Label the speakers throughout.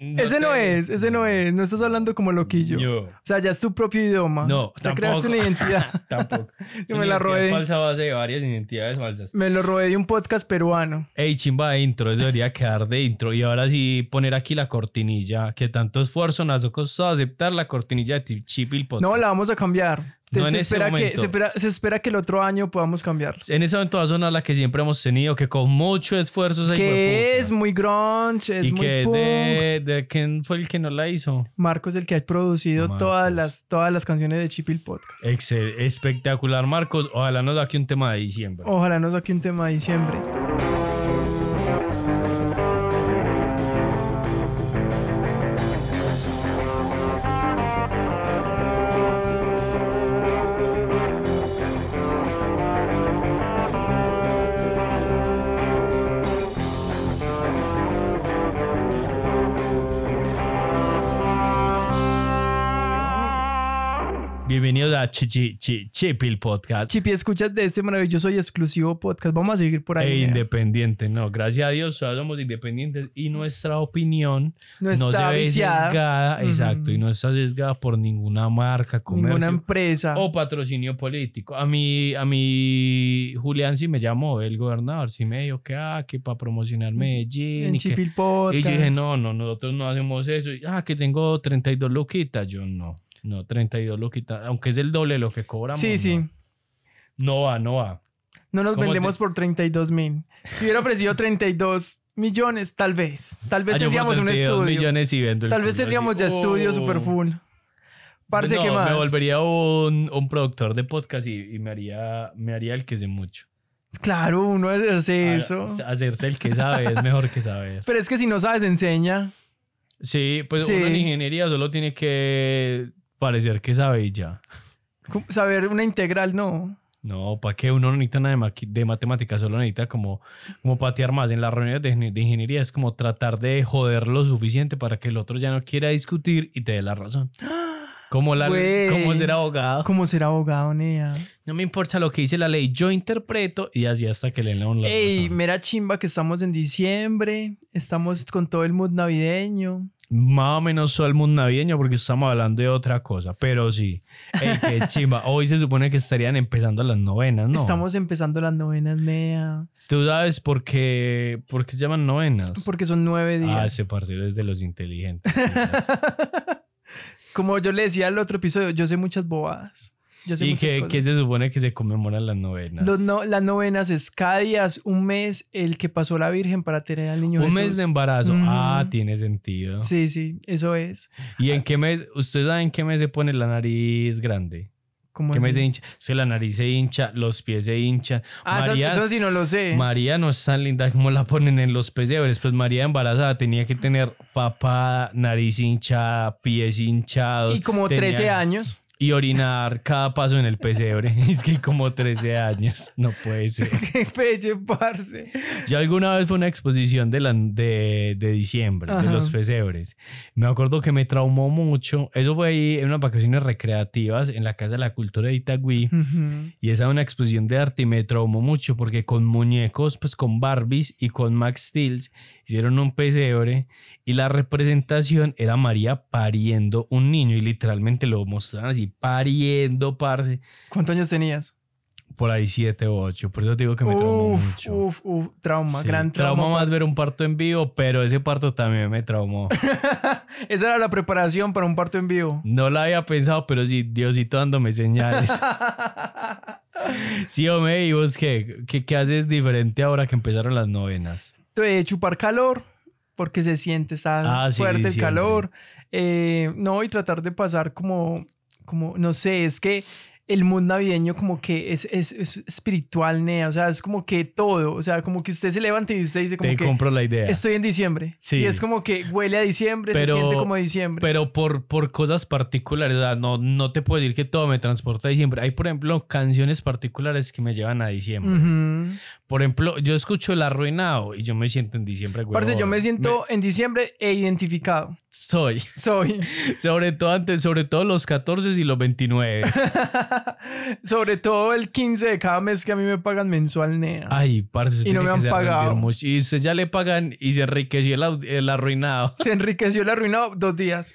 Speaker 1: ese no
Speaker 2: te-
Speaker 1: es, ese no es. No estás hablando como loquillo.
Speaker 2: No.
Speaker 1: O sea, ya es tu propio idioma.
Speaker 2: No,
Speaker 1: Ya creaste una
Speaker 2: tampoco.
Speaker 1: identidad.
Speaker 2: Tampoco.
Speaker 1: Yo
Speaker 2: Una
Speaker 1: me la
Speaker 2: identidad
Speaker 1: robé.
Speaker 2: falsa base de varias identidades falsas.
Speaker 1: Me lo robé de un podcast peruano.
Speaker 2: Ey, chimba de intro, eso debería quedar de intro. Y ahora sí poner aquí la cortinilla, que tanto esfuerzo nos ha costado aceptar la cortinilla de Tip- Chip y el Podcast.
Speaker 1: No, la vamos a cambiar.
Speaker 2: No en
Speaker 1: se,
Speaker 2: este
Speaker 1: espera que,
Speaker 2: momento.
Speaker 1: se, espera, se espera que el otro año podamos cambiarlo.
Speaker 2: En ese momento va a sonar la que siempre hemos tenido, que con mucho esfuerzo se
Speaker 1: Que
Speaker 2: hijueputa.
Speaker 1: es muy grunge, es
Speaker 2: y
Speaker 1: muy
Speaker 2: que
Speaker 1: punk.
Speaker 2: de, de quién fue el que no la hizo.
Speaker 1: Marco es el que ha producido
Speaker 2: Marcos.
Speaker 1: todas las, todas las canciones de Chipil Podcast.
Speaker 2: Excel, espectacular, Marcos. Ojalá nos da aquí un tema de diciembre.
Speaker 1: Ojalá nos saque un tema de diciembre.
Speaker 2: Bienvenidos a Chi- Chi- Chi- Chipil Podcast.
Speaker 1: Chipi, escuchas de este maravilloso y exclusivo podcast. Vamos a seguir por
Speaker 2: e
Speaker 1: ahí. nena.
Speaker 2: independiente, no, gracias a Dios ahora somos independientes y nuestra opinión
Speaker 1: no
Speaker 2: no,
Speaker 1: está
Speaker 2: se ve
Speaker 1: viciada
Speaker 2: sesgada,
Speaker 1: Ujú.
Speaker 2: exacto, y no está sesgada por ninguna marca, comercio
Speaker 1: ninguna empresa.
Speaker 2: o patrocinio político. A mí, a mí Julián sí me llamó, el gobernador sí me dijo que, ah, que para promocionar Medellín.
Speaker 1: en
Speaker 2: y que-
Speaker 1: Chipil Podcast.
Speaker 2: y yo dije, no, no, nosotros no hacemos eso. Y, ah, que tengo 32 loquitas. Yo no, no, 32 loquitas. Aunque es el doble de lo que cobramos.
Speaker 1: sí, sí.
Speaker 2: No, No va, no va.
Speaker 1: No nos
Speaker 2: ¿Cómo
Speaker 1: vendemos por 32 mil. Si hubiera ofrecido 32 millones, tal vez. Tal vez
Speaker 2: Hacemos
Speaker 1: tendríamos un
Speaker 2: 32
Speaker 1: estudio.
Speaker 2: millones y vendo el
Speaker 1: Tal vez
Speaker 2: culo así.
Speaker 1: tendríamos ya
Speaker 2: Oh.
Speaker 1: estudio super full. Parce,
Speaker 2: no,
Speaker 1: ¿qué más?
Speaker 2: Me volvería un, un productor de podcast y, y me, haría, me haría el que sé mucho.
Speaker 1: Claro, uno hace eso.
Speaker 2: Ha- Hacerse el que sabe es mejor que saber.
Speaker 1: Pero es que si no sabes, enseña.
Speaker 2: Sí, pues
Speaker 1: Sí.
Speaker 2: uno en ingeniería solo tiene que parecer que sabe y ya.
Speaker 1: ¿Cómo- Saber una integral, no.
Speaker 2: No, ¿para qué? Uno no necesita nada de, maqui- de matemáticas, solo necesita como, como patear más. En las reuniones de, ingen- de ingeniería es como tratar de joder lo suficiente para que el otro ya no quiera discutir y te dé la razón. Como, la,
Speaker 1: Güey.
Speaker 2: como ser abogado.
Speaker 1: ¿Cómo ser abogado, Nea?
Speaker 2: No me importa lo que dice la ley, yo interpreto y así hasta que le den la razón.
Speaker 1: Ey, mera chimba que estamos en diciembre. Estamos con todo el mood navideño.
Speaker 2: Más o menos todo el mundo navideño porque estamos hablando de otra cosa, pero sí. Ey, qué chimba. Hoy se supone que estarían empezando las novenas, ¿no?
Speaker 1: Estamos empezando las novenas, Nea.
Speaker 2: ¿Tú sabes por qué, por qué se llaman novenas?
Speaker 1: Porque son nueve
Speaker 2: Ah,
Speaker 1: días.
Speaker 2: ese parcero es de los inteligentes.
Speaker 1: Como yo le decía al otro episodio, yo sé muchas bobadas. Yo sé
Speaker 2: ¿Y
Speaker 1: muchas
Speaker 2: que
Speaker 1: cosas.
Speaker 2: se supone que se conmemoran las novenas?
Speaker 1: Los no- las novenas es cada día es un mes el que pasó la Virgen para tener al niño
Speaker 2: Un
Speaker 1: Jesús.
Speaker 2: mes de embarazo.
Speaker 1: Ujú.
Speaker 2: Ah, tiene sentido.
Speaker 1: Mm. Sí, sí, eso es.
Speaker 2: ¿Y en qué mes? ¿Ustedes saben en qué mes se pone la nariz grande?
Speaker 1: ¿Cómo
Speaker 2: ¿Qué mes
Speaker 1: así?
Speaker 2: se hincha? O sea, la nariz se hincha, los pies se hinchan.
Speaker 1: Ah, esas-
Speaker 2: María,
Speaker 1: eso sí no lo sé.
Speaker 2: María no es tan linda como la ponen en los pesebres. Pues María embarazada tenía que tener papada, nariz hinchada, pies hinchados.
Speaker 1: y como
Speaker 2: tenía-
Speaker 1: 13 años.
Speaker 2: Y orinar cada paso en el pesebre. es que como 13 años. No puede ser.
Speaker 1: Qué pelle, parce.
Speaker 2: Yo alguna vez fue una exposición de, la, de, de diciembre,
Speaker 1: Ajá.
Speaker 2: de los pesebres. Me acuerdo que me traumó mucho. Eso fue ahí en unas vacaciones recreativas en la Casa de la Cultura de Itagüí.
Speaker 1: Ujú.
Speaker 2: Y esa era una exposición de arte y me traumó mucho porque con muñecos, pues con Barbies y con Max Steel hicieron un pesebre y la representación era María pariendo un niño y literalmente lo mostraban así, pariendo, parce,
Speaker 1: ¿Cuántos años tenías?
Speaker 2: por ahí siete u ocho. Por eso te digo que me traumó
Speaker 1: Uf,
Speaker 2: mucho.
Speaker 1: uf, uf, trauma,
Speaker 2: Sí,
Speaker 1: gran trauma.
Speaker 2: más ver un parto en vivo, pero ese parto también me traumó.
Speaker 1: Esa era la preparación para un parto en vivo.
Speaker 2: No la había pensado, pero sí, Diosito dándome señales. Sí, hombre, ¿y vos qué? qué? qué haces diferente ahora que empezaron las novenas?
Speaker 1: Eh, chupar calor, porque se siente, está
Speaker 2: Ah, sí,
Speaker 1: fuerte el
Speaker 2: diciembre.
Speaker 1: calor. Eh, no, y tratar de pasar como, como, no sé, es que el mundo navideño como que es, es, es espiritual, nea, o sea, es como que todo, o sea, como que usted se levanta y usted dice como
Speaker 2: Te
Speaker 1: que
Speaker 2: compro la idea.
Speaker 1: estoy en diciembre.
Speaker 2: Sí.
Speaker 1: Y es como que huele a diciembre,
Speaker 2: Pero-
Speaker 1: se siente como diciembre.
Speaker 2: Pero por, por cosas particulares, o sea, no, no te puedo decir
Speaker 1: Mm.
Speaker 2: que todo me transporta a diciembre. Hay, por ejemplo, canciones particulares que me llevan a diciembre.
Speaker 1: Ujú.
Speaker 2: Por ejemplo, yo escucho El Arruinado y yo me siento en diciembre, güey.
Speaker 1: Parce, yo me siento en diciembre e identificado.
Speaker 2: Soy.
Speaker 1: Soy.
Speaker 2: Sobre todo antes, sobre todo los 14 y los 29.
Speaker 1: Sobre todo el 15 de cada mes que a mí me pagan mensual, nea.
Speaker 2: Ay, parce. se
Speaker 1: Y
Speaker 2: tiene
Speaker 1: no me
Speaker 2: que
Speaker 1: han
Speaker 2: ser rendir
Speaker 1: pagado.
Speaker 2: mucho. Y usted ya le pagan y se enriqueció el, au- el arruinado.
Speaker 1: Se enriqueció el arruinado dos días.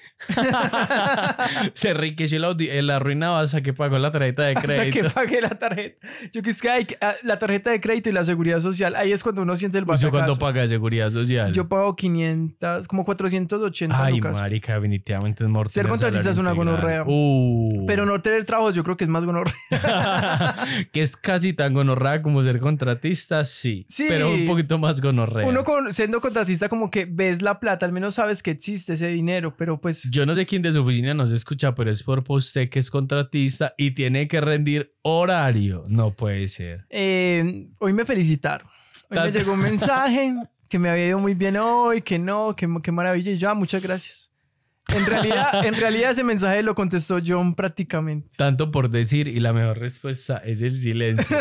Speaker 2: se enriqueció el, audi- el arruinado hasta que pagó la tarjeta de
Speaker 1: Hasta
Speaker 2: crédito.
Speaker 1: que pagué la tarjeta. Yo que es que ay, que, ah, la tarjeta de crédito y la seguridad social. Ahí es cuando uno siente el
Speaker 2: ¿Usted cuánto
Speaker 1: batacazo.
Speaker 2: paga de seguridad social?
Speaker 1: Yo pago 500, como 480
Speaker 2: Ay,
Speaker 1: lucas.
Speaker 2: marica, definitivamente es mortal.
Speaker 1: Ser contratista es una gonorrea.
Speaker 2: Uh.
Speaker 1: Pero no tener trabajo yo creo que es más gonorrea.
Speaker 2: que es casi tan gonorrea como ser contratista, sí.
Speaker 1: Sí.
Speaker 2: Pero un poquito más gonorrea.
Speaker 1: Uno con, siendo contratista como que ves la plata, al menos sabes que existe ese dinero, pero pues
Speaker 2: Yo no sé quién de su oficina nos escucha, pero es por usted que es contratista y tiene que rendir horario. No puede ser.
Speaker 1: eh, hoy me felicitaron. Hoy me
Speaker 2: Tal-
Speaker 1: llegó un mensaje que me había ido muy bien hoy, que no, que, que maravilla. Y yo, ah, muchas gracias. En realidad, en realidad ese mensaje lo contestó John prácticamente.
Speaker 2: Tanto por decir y la mejor respuesta es el silencio.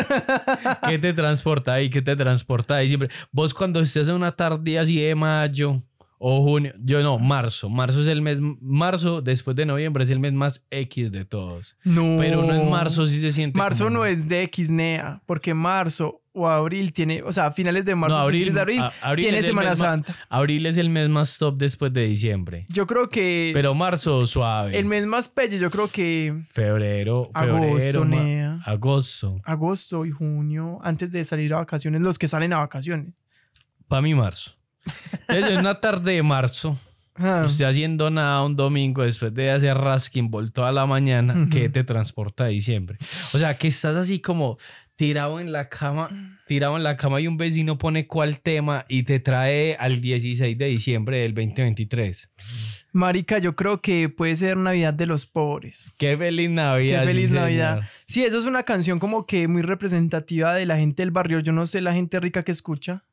Speaker 2: ¿Qué te transporta ahí? ¿Qué te transporta ahí? Siempre. Vos cuando estés en una tarde así de mayo o junio, yo no, marzo. Marzo es el mes, marzo después de noviembre es el mes más X de todos.
Speaker 1: No.
Speaker 2: Pero no en marzo sí se siente.
Speaker 1: Mm. Marzo
Speaker 2: como-
Speaker 1: no es de Xnea, porque marzo o abril tiene, o sea, finales de marzo,
Speaker 2: No, abril,
Speaker 1: principios de abril,
Speaker 2: a- abril
Speaker 1: tiene
Speaker 2: es el
Speaker 1: Semana
Speaker 2: mes más-
Speaker 1: Santa.
Speaker 2: Abril es el mes más top después de diciembre.
Speaker 1: Yo creo que
Speaker 2: Pero marzo suave.
Speaker 1: el mes más pelle, yo creo que
Speaker 2: Febrero, febrero,
Speaker 1: agosto,
Speaker 2: ma-
Speaker 1: nea.
Speaker 2: agosto.
Speaker 1: agosto y junio, antes de salir a vacaciones, los que salen a vacaciones.
Speaker 2: Para mí marzo. Entonces, en una tarde de marzo,
Speaker 1: Ah,
Speaker 2: usted haciendo nada un domingo después de hacer rasking toda la mañana,
Speaker 1: Ujú.
Speaker 2: que te transporta a diciembre. O sea, que estás así como tirado en la cama, tirado en la cama y un vecino pone cuál tema y te trae al 16 de diciembre del 2023.
Speaker 1: Marica, yo creo que puede ser Navidad de los pobres.
Speaker 2: Qué feliz Navidad.
Speaker 1: Qué
Speaker 2: sí,
Speaker 1: feliz Navidad.
Speaker 2: señor.
Speaker 1: Sí, eso es una canción como que muy representativa de la gente del barrio. Yo no sé la gente rica que escucha.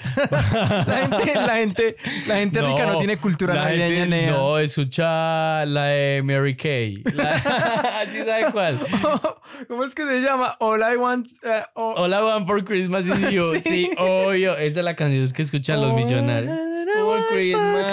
Speaker 1: la gente, la gente, la gente rica no tiene cultura
Speaker 2: la
Speaker 1: navideña.
Speaker 2: gente-
Speaker 1: nea.
Speaker 2: No, escucha la de Mary Kay. La- ¿Sí sabe cuál?
Speaker 1: ¿Cómo es que se llama? All I want. eh, oh-
Speaker 2: Hola, One for Christmas is you.
Speaker 1: Sí.
Speaker 2: Sí, obvio. Esa es la canción que escuchan los
Speaker 1: All
Speaker 2: millonarios.
Speaker 1: I
Speaker 2: For
Speaker 1: want for
Speaker 2: Christmas,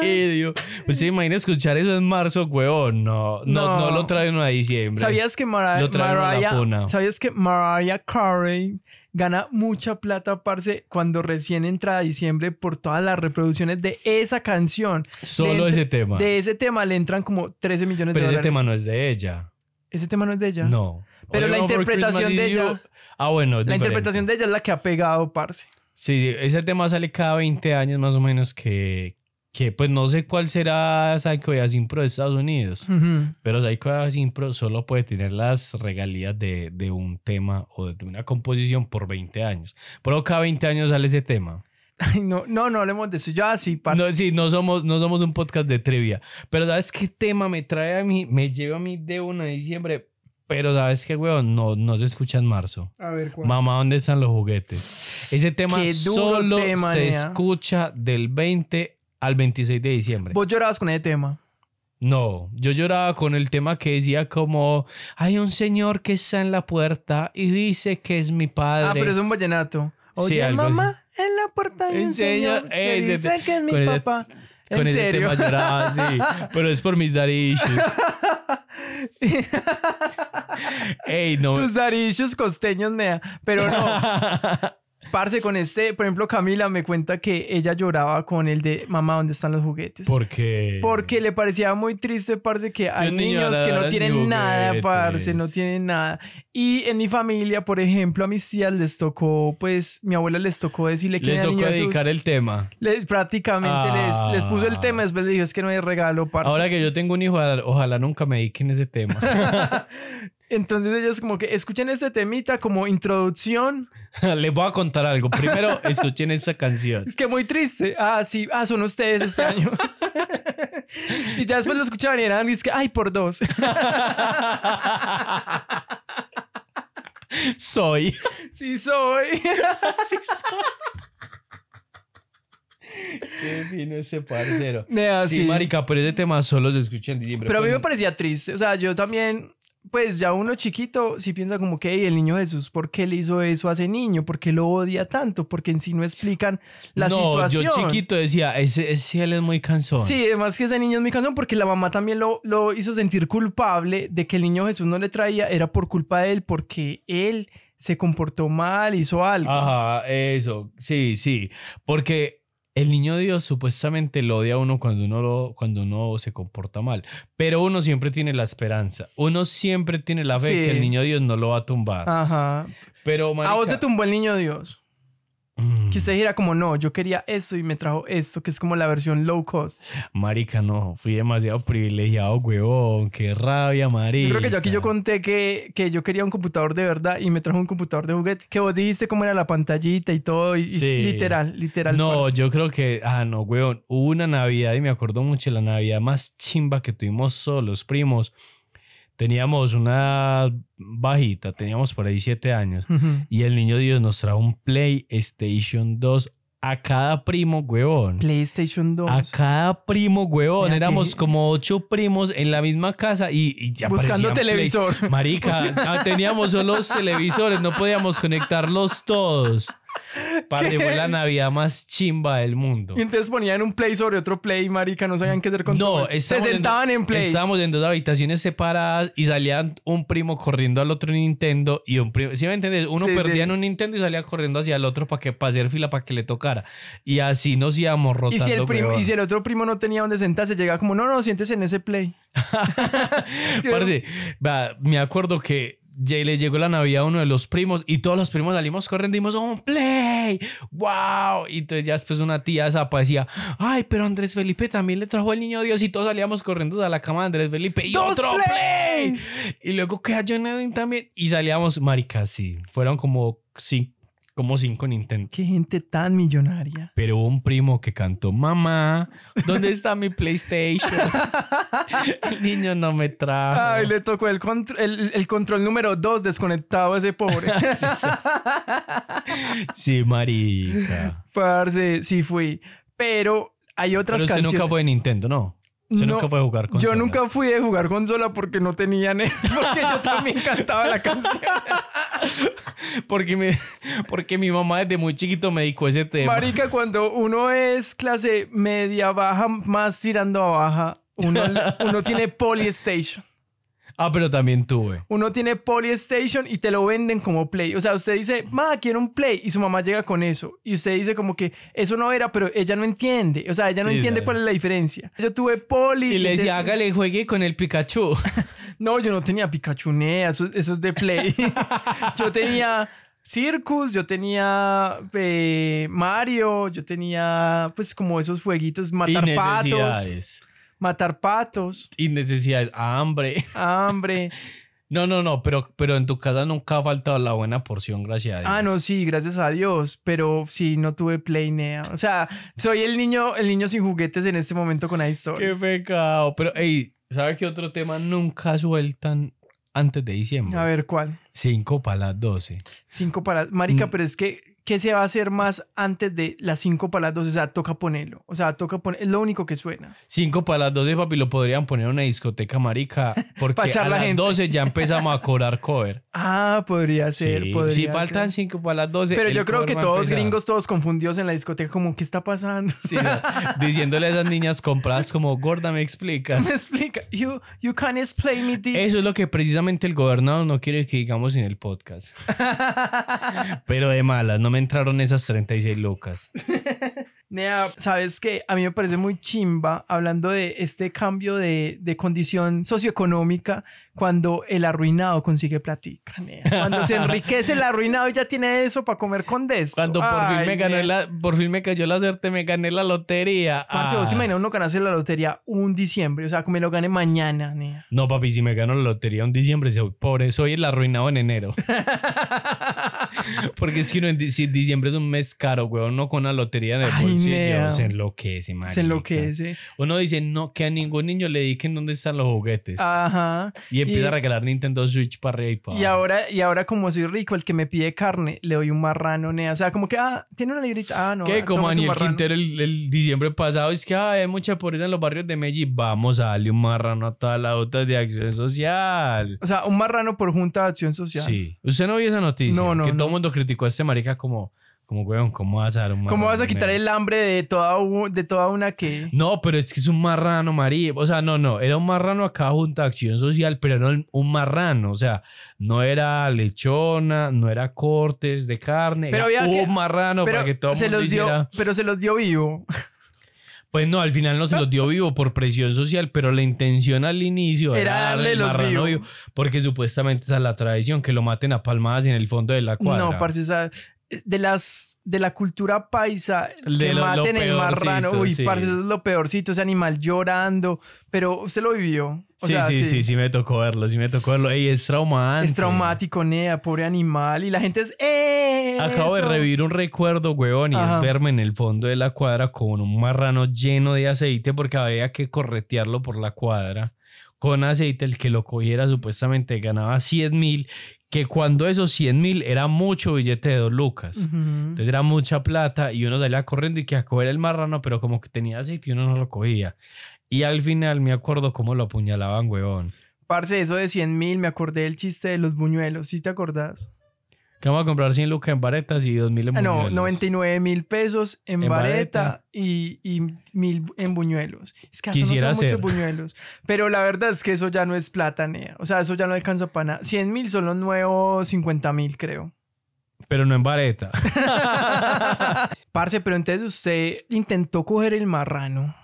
Speaker 1: Christmas.
Speaker 2: is you. Pues se imagina escuchar eso en marzo, huevón. No, no,
Speaker 1: No.
Speaker 2: no, lo traen a diciembre.
Speaker 1: ¿Sabías que, Mara-
Speaker 2: Lo traen a la
Speaker 1: Mariah,
Speaker 2: funa.
Speaker 1: ¿Sabías que Mariah Carey gana mucha plata, parce, cuando recién entra a diciembre por todas las reproducciones de esa canción?
Speaker 2: Solo
Speaker 1: Le entra-
Speaker 2: ese tema.
Speaker 1: De ese tema le entran como 13 millones
Speaker 2: Pero
Speaker 1: de
Speaker 2: ese
Speaker 1: dólares.
Speaker 2: tema no es de ella.
Speaker 1: Ese tema no es de ella.
Speaker 2: No.
Speaker 1: Pero
Speaker 2: Hola,
Speaker 1: la
Speaker 2: One for
Speaker 1: interpretación
Speaker 2: Christmas
Speaker 1: de
Speaker 2: is You.
Speaker 1: ella-
Speaker 2: Ah, bueno. es
Speaker 1: La
Speaker 2: diferente.
Speaker 1: interpretación de ella es la que ha pegado, parce.
Speaker 2: Sí, sí, ese tema sale cada 20 años más o menos que, que pues no sé cuál será Psycho y Asimpro de Estados Unidos,
Speaker 1: Ujú.
Speaker 2: pero Psycho y Asimpro solo puede tener las regalías de, de un tema o de una composición por 20 años. Pero cada 20 años sale ese tema.
Speaker 1: Ay, no, no, no hablemos de eso. Yo así, parce.
Speaker 2: No, sí, no somos, no somos un podcast de trivia, pero ¿sabes qué tema me trae a mí? Me lleva a mí de 1 de diciembre, pero ¿sabes qué, weón? No, no se escucha en marzo.
Speaker 1: A ver, ¿cuál?
Speaker 2: Mamá, ¿dónde están los juguetes? Ese tema
Speaker 1: Qué duro
Speaker 2: solo
Speaker 1: tema,
Speaker 2: se
Speaker 1: nea.
Speaker 2: escucha del 20 al 26 de diciembre.
Speaker 1: Vos llorabas con ese tema.
Speaker 2: No, yo lloraba con el tema que decía como, hay un señor que está en la puerta y dice que es mi padre.
Speaker 1: Ah, pero es un vallenato. Oye,
Speaker 2: Sí, algo así.
Speaker 1: mamá, en la puerta hay
Speaker 2: El
Speaker 1: un
Speaker 2: señor-
Speaker 1: señor, que
Speaker 2: ese
Speaker 1: dice
Speaker 2: te-
Speaker 1: que es mi
Speaker 2: con ese-
Speaker 1: papá.
Speaker 2: Con
Speaker 1: ¿En
Speaker 2: ese
Speaker 1: serio?
Speaker 2: tema lloraba, sí, pero es por mis daddy issues. Ey, no.
Speaker 1: Tus arichos costeños, nea. Pero no, parce, con este, por ejemplo, Camila me cuenta que ella lloraba con el de mamá, ¿dónde están los juguetes?
Speaker 2: Porque...
Speaker 1: Porque le parecía muy triste, parce, que hay
Speaker 2: un niño
Speaker 1: niños que no
Speaker 2: adoran
Speaker 1: tienen nada,
Speaker 2: juguetes.
Speaker 1: parce, no tienen nada. Y en mi familia, por ejemplo, a mis tías les tocó, pues, mi abuela les tocó decirle que
Speaker 2: les
Speaker 1: era
Speaker 2: tocó
Speaker 1: niño Jesús.
Speaker 2: dedicar el tema.
Speaker 1: Les, prácticamente
Speaker 2: Ah.
Speaker 1: les, les puso el tema, después le dijo, es que no hay regalo, parce.
Speaker 2: Ahora que yo tengo un hijo, ojalá nunca me dediquen ese tema.
Speaker 1: Entonces ellas como que escuchen este temita como introducción.
Speaker 2: Les voy a contar algo. Primero, escuchen esta canción.
Speaker 1: Es que muy triste. Ah, sí. Ah, son ustedes este año. y ya después lo escuchaban y eran, y es que, ay, por dos.
Speaker 2: Soy.
Speaker 1: sí soy.
Speaker 2: Qué fino ese parcero.
Speaker 1: Nea,
Speaker 2: sí,
Speaker 1: Ah, sí.
Speaker 2: marica, pero ese tema solo se escucha en diciembre.
Speaker 1: Pero a mí me
Speaker 2: Cuando-
Speaker 1: parecía triste. O sea, yo también... pues ya uno chiquito sí piensa como que "Ey, el niño Jesús, ¿por qué le hizo eso a ese niño? ¿Por qué lo odia tanto? Porque en sí no explican la
Speaker 2: no,
Speaker 1: situación.
Speaker 2: yo chiquito decía, ese, ese él es muy cansón.
Speaker 1: Sí, además que ese niño es mi canción porque la mamá también lo, lo hizo sentir culpable de que el niño Jesús no le traía, era por culpa de él, porque él se comportó mal, hizo algo.
Speaker 2: Ajá, eso, sí, sí. Porque el niño Dios supuestamente lo odia a uno cuando uno, lo- cuando uno se comporta mal. Pero uno siempre tiene la esperanza. Uno siempre tiene la fe
Speaker 1: Sí.
Speaker 2: que el niño Dios no lo va a tumbar.
Speaker 1: Ajá.
Speaker 2: Pero,
Speaker 1: A vos se
Speaker 2: Ah, marica,
Speaker 1: tumbó el niño Dios.
Speaker 2: mm,
Speaker 1: Que usted dijera como, no, yo quería esto y me trajo esto, que es como la versión low cost.
Speaker 2: marica, no, fui demasiado privilegiado, huevón. Qué rabia, marica.
Speaker 1: Yo creo que yo aquí yo conté que, que yo quería un computador de verdad y me trajo un computador de juguete. Que vos dijiste cómo era la pantallita y todo. Y, y
Speaker 2: Sí.
Speaker 1: literal, literal.
Speaker 2: No,
Speaker 1: parce.
Speaker 2: yo creo que, ah, no, weón, hubo una Navidad y me acuerdo mucho la Navidad más chimba que tuvimos solos, primos. Teníamos una bajita, teníamos por ahí siete años.
Speaker 1: Ujú.
Speaker 2: Y el niño Dios nos trajo un PlayStation 2 a cada primo, weón.
Speaker 1: PlayStation 2.
Speaker 2: A cada primo, weón.
Speaker 1: Mira
Speaker 2: Éramos
Speaker 1: que-
Speaker 2: como ocho primos en la misma casa y, y ya
Speaker 1: buscando
Speaker 2: parecían Play-
Speaker 1: televisor.
Speaker 2: Marica, ah, teníamos solo los televisores, no podíamos conectarlos todos. Parce, fue la Navidad más chimba del mundo.
Speaker 1: Y entonces ponían un play sobre otro play, marica, no sabían qué hacer con todo.
Speaker 2: No,
Speaker 1: Se
Speaker 2: estábamos en-
Speaker 1: sentaban en, play.
Speaker 2: Estábamos en dos habitaciones separadas y salían un primo corriendo al otro Nintendo y un primo, ¿sí me entiendes? Uno
Speaker 1: Sí,
Speaker 2: perdía
Speaker 1: sí.
Speaker 2: en un Nintendo y salía corriendo hacia el otro para que para hacer fila para que le tocara. Y así nos íbamos
Speaker 1: Y
Speaker 2: rotando.
Speaker 1: si, el primo-
Speaker 2: huevón.
Speaker 1: y si el otro primo no tenía donde sentarse, llegaba como, no, no, siéntese en ese play. Sí,
Speaker 2: Parce, va, me acuerdo que ya le llegó la Navidad a uno de los primos y todos los primos salimos corriendo y dimos un play. ¡Wow! Y entonces ya después una tía zapa decía, ay, pero Andrés Felipe también le trajo el niño Dios y todos salíamos corriendo a la cama de Andrés Felipe y
Speaker 1: ¡Dos
Speaker 2: otro play.
Speaker 1: plays!
Speaker 2: Y luego que a John Edwin también y salíamos, marica, sí. Fueron como, cin- como cinco Nintendo.
Speaker 1: Qué gente tan millonaria.
Speaker 2: Pero hubo un primo que cantó, mamá, ¿dónde está mi PlayStation? el niño no me trajo.
Speaker 1: Ay, le tocó el, contr- el, el control número 2 desconectado a ese pobre.
Speaker 2: Sí, marica.
Speaker 1: Parce, sí fui. Pero hay otras
Speaker 2: Pero usted
Speaker 1: canciones.
Speaker 2: nunca fue de Nintendo, ¿no? Usted
Speaker 1: No,
Speaker 2: nunca fue a jugar con
Speaker 1: Yo nunca fui de jugar consola porque no tenía net, porque yo también cantaba la canción.
Speaker 2: Porque, me, porque mi mamá desde muy chiquito me dedicó ese tema.
Speaker 1: Marica, cuando uno es clase media baja, más tirando a baja, uno, uno tiene Polystation.
Speaker 2: Ah, pero también tuve.
Speaker 1: Uno tiene Polystation y te lo venden como Play. O sea, usted dice, ma, quiero un Play. Y su mamá llega con eso. Y usted dice como que eso no era, pero ella no entiende. O sea, ella no
Speaker 2: Sí,
Speaker 1: entiende
Speaker 2: claro.
Speaker 1: cuál es la diferencia. Yo tuve Poli.
Speaker 2: Y le decía,
Speaker 1: entonces-
Speaker 2: hágale, juegue con el Pikachu.
Speaker 1: No, yo no tenía Pikachu, nea, eso, eso es de Play. yo tenía Circus, yo tenía eh, Mario, yo tenía pues como esos jueguitos, matar patos,
Speaker 2: Innecesidades.
Speaker 1: matar patos,
Speaker 2: Innecesidades. Hambre.
Speaker 1: hambre.
Speaker 2: No, no, no, pero, pero en tu casa nunca ha faltado la buena porción, gracias a Dios.
Speaker 1: Ah, no, sí, gracias a Dios, pero sí, no tuve Play, nea. O sea, soy el niño, el niño sin juguetes en este momento con iStory.
Speaker 2: Qué pecado. Pero, hey, ¿sabe qué otro tema nunca sueltan antes de diciembre?
Speaker 1: A ver, ¿cuál?
Speaker 2: Cinco para las 12.
Speaker 1: Cinco para... Marica,
Speaker 2: Mm.
Speaker 1: pero es que, ¿qué se va a hacer más antes de las cinco para las dos? O sea, toca ponerlo. O sea, toca poner... Es lo único que suena.
Speaker 2: Cinco para las 12, papi, lo podrían poner en una discoteca, marica. Porque
Speaker 1: Pa' echar
Speaker 2: a
Speaker 1: la
Speaker 2: las
Speaker 1: gente.
Speaker 2: 12 ya empezamos a cobrar cover.
Speaker 1: Ah, podría ser,
Speaker 2: Sí,
Speaker 1: podría
Speaker 2: si faltan
Speaker 1: ser.
Speaker 2: cinco para las 12.
Speaker 1: Pero
Speaker 2: el
Speaker 1: yo creo
Speaker 2: cover
Speaker 1: que
Speaker 2: va a
Speaker 1: todos
Speaker 2: empezar.
Speaker 1: gringos, todos confundidos en la discoteca, como, ¿qué está pasando?
Speaker 2: Sí, no, diciéndole a esas niñas compradas como, gorda, me explicas.
Speaker 1: Me explica. You, you can't explain me this.
Speaker 2: Eso es lo que precisamente el gobernador no quiere que digamos en el podcast. Pero de malas, no me entraron esas 36 lucas.
Speaker 1: Nea, ¿sabes qué? A mí me parece muy chimba, hablando de este cambio de, de condición socioeconómica, cuando el arruinado consigue platica, nea. Cuando se enriquece el arruinado ya tiene eso para comer con de esto.
Speaker 2: Cuando por fin
Speaker 1: Ay,
Speaker 2: me gané
Speaker 1: nea.
Speaker 2: la, por fin me cayó la suerte, me gané la lotería.
Speaker 1: Parce, vos
Speaker 2: Ah.
Speaker 1: te imaginas uno ganarse la lotería un diciembre, o sea, que me lo gane mañana, nea.
Speaker 2: No, papi, si me gano la lotería en diciembre, soy pobre, soy el arruinado en enero. Porque es que uno en di- si diciembre es un mes caro, weón, uno con una lotería en el
Speaker 1: Ay,
Speaker 2: bolsillo
Speaker 1: nea.
Speaker 2: se enloquece, marica.
Speaker 1: Se enloquece.
Speaker 2: Uno dice, no, que a ningún niño le dediquen dónde están los juguetes.
Speaker 1: Ajá.
Speaker 2: y empieza
Speaker 1: Ah, y-
Speaker 2: a regalar Nintendo Switch para arriba y para
Speaker 1: Y
Speaker 2: abajo.
Speaker 1: ahora, y ahora, como soy rico, el que me pide carne, le doy un marrano, nea. O sea, como que, ah, tiene una librita. Ah, no.
Speaker 2: que
Speaker 1: ah,
Speaker 2: como
Speaker 1: toma su
Speaker 2: Daniel
Speaker 1: marrano.
Speaker 2: Quintero el, el diciembre pasado, es que "Ay, hay mucha pobreza en los barrios de Medellín. Vamos a darle un marrano a todas las otras de acción social.
Speaker 1: O sea, un marrano por junta de acción social.
Speaker 2: Sí. ¿Usted no vio esa noticia?
Speaker 1: No, no,
Speaker 2: Que todo
Speaker 1: no.
Speaker 2: el mundo criticó a este marica como, como, weón, ¿cómo vas a dar un marrano?
Speaker 1: ¿Cómo vas a quitar
Speaker 2: nene?"
Speaker 1: el hambre de toda, u- de toda una que.?
Speaker 2: No, pero es que es un marrano, María. O sea, no, no. Era un marrano acá junto a Acción Social, pero no el- un marrano. O sea, no era lechona, no era cortes de carne.
Speaker 1: Pero
Speaker 2: era
Speaker 1: había que-
Speaker 2: un marrano
Speaker 1: pero,
Speaker 2: para que todo el
Speaker 1: se
Speaker 2: mundo
Speaker 1: los dio,
Speaker 2: hiciera-
Speaker 1: pero se los dio vivo.
Speaker 2: Pues no, al final no se los dio vivo por presión social, pero la intención al inicio era,
Speaker 1: Era darle
Speaker 2: el
Speaker 1: los
Speaker 2: marrano
Speaker 1: vivos.
Speaker 2: Porque supuestamente esa es la tradición, que lo maten a palmadas en el fondo de la cuadra.
Speaker 1: No, parce, o sea, de las de la cultura paisa
Speaker 2: De
Speaker 1: que
Speaker 2: lo- lo
Speaker 1: maten el marrano,
Speaker 2: peorcito,
Speaker 1: uy,
Speaker 2: sí.
Speaker 1: parce, eso es lo peorcito, ese animal llorando, pero usted lo vivió. O
Speaker 2: sí,
Speaker 1: sea,
Speaker 2: sí, sí, sí, me tocó verlo, sí me tocó verlo. Ey, es traumante.
Speaker 1: Es traumático, nea, pobre animal. Y la gente es. ¡Eh!
Speaker 2: Acabo
Speaker 1: eso!
Speaker 2: de revivir un recuerdo, huevón, y
Speaker 1: Ajá.
Speaker 2: es verme en el fondo de la cuadra con un marrano lleno de aceite porque había que corretearlo por la cuadra. Con aceite, el que lo cogiera supuestamente ganaba 100 mil, que cuando esos 100 mil era mucho billete de dos lucas.
Speaker 1: Ujú.
Speaker 2: Entonces era mucha plata y uno salía corriendo y que a coger el marrano, pero como que tenía aceite y uno no lo cogía. Y al final me acuerdo cómo lo apuñalaban, huevón.
Speaker 1: Parce, eso de 100 mil, me acordé del chiste de los buñuelos, ¿sí te acordás?
Speaker 2: Que vamos a comprar 100 lucas en varetas y 2 mil en
Speaker 1: Ah, no,
Speaker 2: buñuelos.
Speaker 1: 99 mil pesos en,
Speaker 2: En
Speaker 1: vareta,
Speaker 2: vareta.
Speaker 1: y, y mil en buñuelos. Es que eso
Speaker 2: Quisiera
Speaker 1: no son
Speaker 2: ser.
Speaker 1: muchos buñuelos. Pero la verdad es que eso ya no es plata, nea. O sea, eso ya no alcanza para nada. 100 mil son los nuevos 50 mil, creo.
Speaker 2: Pero no en vareta.
Speaker 1: Parce, pero entonces usted intentó coger el marrano.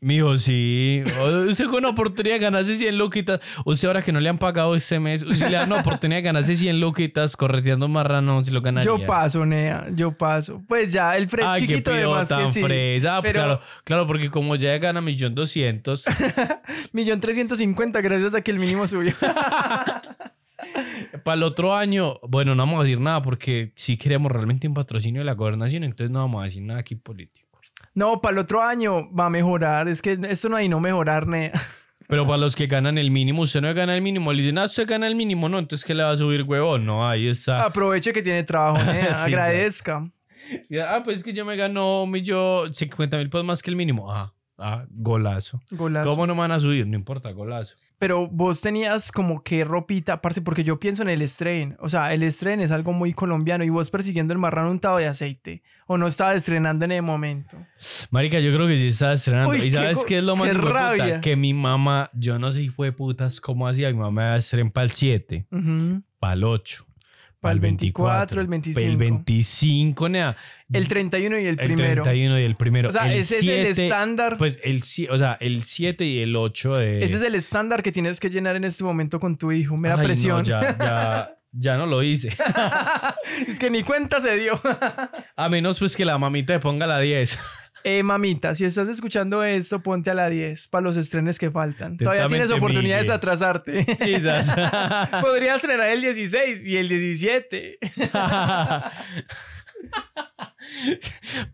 Speaker 2: Mijo, sí. O- Usted con una oportunidad de ganarse 100 luquitas. Usted ahora que no le han pagado este mes, usted le dan una oportunidad de ganarse 100 luquitas correteando marrano, si lo ganaría.
Speaker 1: Yo paso, nea, yo paso. Pues ya, el fresco
Speaker 2: Ay, qué
Speaker 1: chiquito de
Speaker 2: pido
Speaker 1: más que
Speaker 2: tan
Speaker 1: sí.
Speaker 2: fresa. Ah,
Speaker 1: pero-
Speaker 2: Claro, claro, porque como ya gana millón doscientos,
Speaker 1: Millón 350 gracias a que el mínimo subió.
Speaker 2: Para el otro año, bueno, no vamos a decir nada porque si queremos realmente un patrocinio de la gobernación, entonces no vamos a decir nada aquí político.
Speaker 1: No, para el otro año va a mejorar. Es que esto no hay no mejorar, nea.
Speaker 2: Pero para los que ganan el mínimo, usted no gana el mínimo. Le dicen, ah, usted gana el mínimo, no, entonces ¿qué le va a subir, huevón? No, ahí está.
Speaker 1: Aproveche que tiene trabajo, nea.
Speaker 2: Ah. Sí,
Speaker 1: agradezca.
Speaker 2: Y, Ah, pues es que yo me ganó yo 50 mil pesos más que el mínimo. Ah, ah, golazo.
Speaker 1: Golazo.
Speaker 2: ¿Cómo no me van a subir? No importa, golazo.
Speaker 1: Pero vos tenías como que ropita, parce, porque yo pienso en el estreno. O sea, el estreno es algo muy colombiano y vos persiguiendo el marrano untado de aceite. O no estaba estrenando en el momento.
Speaker 2: Marica, yo creo que sí estaba estrenando.
Speaker 1: Uy,
Speaker 2: ¿Y
Speaker 1: qué
Speaker 2: sabes
Speaker 1: go-
Speaker 2: qué es lo más
Speaker 1: qué
Speaker 2: hijueputa?
Speaker 1: rabia.
Speaker 2: Que mi mamá, yo no sé, hijo de putas, cómo hacía. Mi mamá iba a estrenar para el 7.
Speaker 1: Ujú.
Speaker 2: para el 8, para el
Speaker 1: Pa'l
Speaker 2: 24,
Speaker 1: 24, el 25.
Speaker 2: el 25, nea,
Speaker 1: El 31 y el,
Speaker 2: el
Speaker 1: primero.
Speaker 2: 31 y el primero.
Speaker 1: O sea,
Speaker 2: el
Speaker 1: ese es el
Speaker 2: 7,
Speaker 1: estándar.
Speaker 2: Pues el, si- o sea, el 7 y el 8 de...
Speaker 1: ese es el estándar que tienes que llenar en este momento con tu hijo. Mera
Speaker 2: Ay, no,
Speaker 1: presión.
Speaker 2: ya, ya, ya no lo hice.
Speaker 1: es que ni cuenta se dio.
Speaker 2: A menos pues que la mamita te ponga la 10.
Speaker 1: Eh, mamita, si estás escuchando esto, ponte a la 10 para los estrenos que faltan. Todavía tienes
Speaker 2: Atentamente,
Speaker 1: oportunidades
Speaker 2: Miguel.
Speaker 1: de atrasarte.
Speaker 2: Quizás.
Speaker 1: Podría estrenar el 16 y el 17.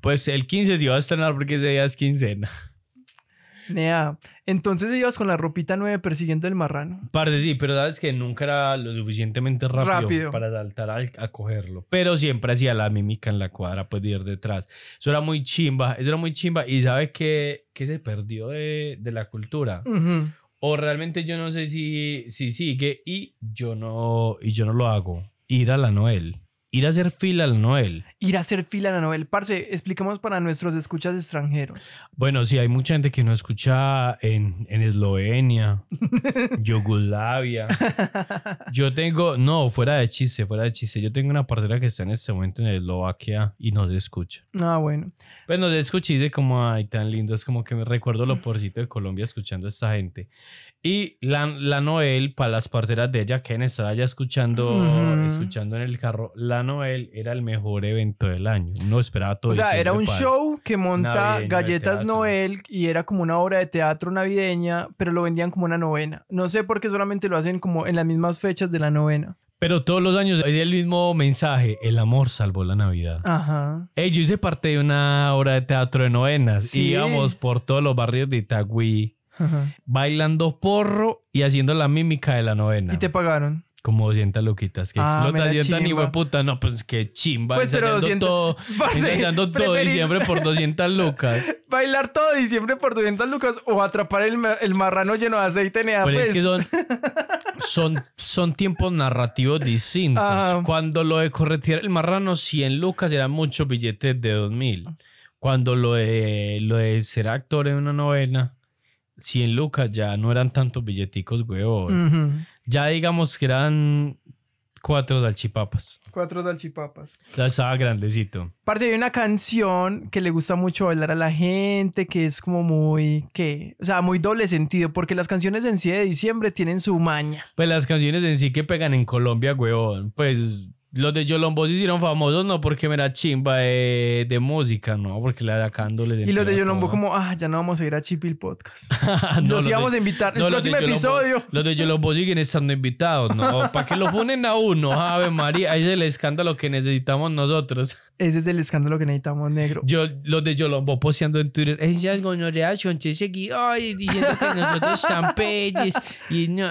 Speaker 2: pues el 15 se iba a estrenar porque ese día es quincena.
Speaker 1: Nea, entonces ibas con la ropita 9 persiguiendo el marrano.
Speaker 2: Parce, sí, pero sabes que nunca era lo suficientemente rápido,
Speaker 1: Rápido.
Speaker 2: para saltar al- a, cogerlo. Pero siempre hacía la mímica en la cuadra, pues de ir detrás. Eso era muy chimba, eso era muy chimba. Y sabe que, que se perdió de, de la cultura.
Speaker 1: Ujú.
Speaker 2: O realmente yo no sé si, si sigue y yo, no, y yo no lo hago. Ir a la Noel. Ir a hacer fila a la Noel.
Speaker 1: Ir a hacer fila en la novela. Parce, expliquemos para nuestros escuchas extranjeros.
Speaker 2: Bueno, sí, hay mucha gente que no escucha en, en Eslovenia, Yugoslavia. Yo tengo, no, fuera de chiste, fuera de chiste. Yo tengo una parcera que está en este momento en Eslovaquia y nos escucha.
Speaker 1: Ah, bueno.
Speaker 2: Pues nos escucha y dice como, ay, tan lindo. Es como que me recuerdo lo porcito de Colombia escuchando a esta gente. Y la, la Noel, para las parceras de ella, que estaba ya escuchando,
Speaker 1: Ujú.
Speaker 2: escuchando en el carro, la Noel era el mejor evento del año. Uno esperaba todo
Speaker 1: O sea,
Speaker 2: diciembre
Speaker 1: era un
Speaker 2: para-
Speaker 1: show que monta
Speaker 2: Navideño de
Speaker 1: Galletas
Speaker 2: teatro.
Speaker 1: Noel y era como una obra de teatro navideña, pero lo vendían como una novena. No sé por qué solamente lo hacen como en las mismas fechas de la novena.
Speaker 2: Pero todos los años hay el mismo mensaje, el amor salvó la Navidad.
Speaker 1: Ajá.
Speaker 2: Ey, yo hice parte de una obra de teatro de novenas.
Speaker 1: Sí.
Speaker 2: Íbamos por todos los barrios de Itagüí,
Speaker 1: ajá.
Speaker 2: bailando porro y haciendo la mímica de la novena.
Speaker 1: Y te pagaron.
Speaker 2: Como 200 loquitas que
Speaker 1: Ah,
Speaker 2: explotan.
Speaker 1: mera
Speaker 2: 200 ni
Speaker 1: chimba.
Speaker 2: hueputa. No, pues qué chimba.
Speaker 1: Pues, pero
Speaker 2: ensayando
Speaker 1: 200
Speaker 2: todo,
Speaker 1: Parce,
Speaker 2: ensayando todo
Speaker 1: ¿preferís
Speaker 2: diciembre por 200 lucas.
Speaker 1: Bailar todo diciembre por 200 lucas o atrapar el, ma- el marrano lleno de aceite en edad,
Speaker 2: Pero
Speaker 1: pues.
Speaker 2: es que son, son, son tiempos narrativos distintos.
Speaker 1: Ajá.
Speaker 2: Cuando lo de corretear el marrano, 100 lucas eran muchos billetes de 2000. Cuando lo de, lo de ser actor en una novela, 100 lucas ya no eran tantos billeticos, huevón.
Speaker 1: Ujú.
Speaker 2: Ya digamos que eran cuatro salchipapas.
Speaker 1: Cuatro salchipapas.
Speaker 2: Ya estaba grandecito.
Speaker 1: Parce, hay una canción que le gusta mucho bailar a la gente, que es como muy, que, o sea, muy doble sentido, porque las canciones en sí de diciembre tienen su maña.
Speaker 2: Pues las canciones en sí que pegan en Colombia, huevón. Pues los de Yolombos se hicieron famosos no porque me era chimba de, de música, no, porque la de acá dándole de
Speaker 1: Y los de
Speaker 2: empeño a
Speaker 1: Yolombo
Speaker 2: todo.
Speaker 1: como, ah, ya no vamos a ir a Chipil Podcast.
Speaker 2: Ah, no,
Speaker 1: Nos
Speaker 2: los de-
Speaker 1: íbamos a invitar
Speaker 2: no,
Speaker 1: el
Speaker 2: los de
Speaker 1: próximo
Speaker 2: Yolombos-
Speaker 1: episodio.
Speaker 2: Los de Yolombos siguen estando invitados, ¿no? Para que lo funen a uno, Ave María. Ahí es el escándalo que necesitamos nosotros.
Speaker 1: Ese es el escándalo que necesitamos, negro.
Speaker 2: Yo, los de Yolombo posteando en Twitter, esas gonorreas son che seguidores diciendo que nosotros están pelles", y no.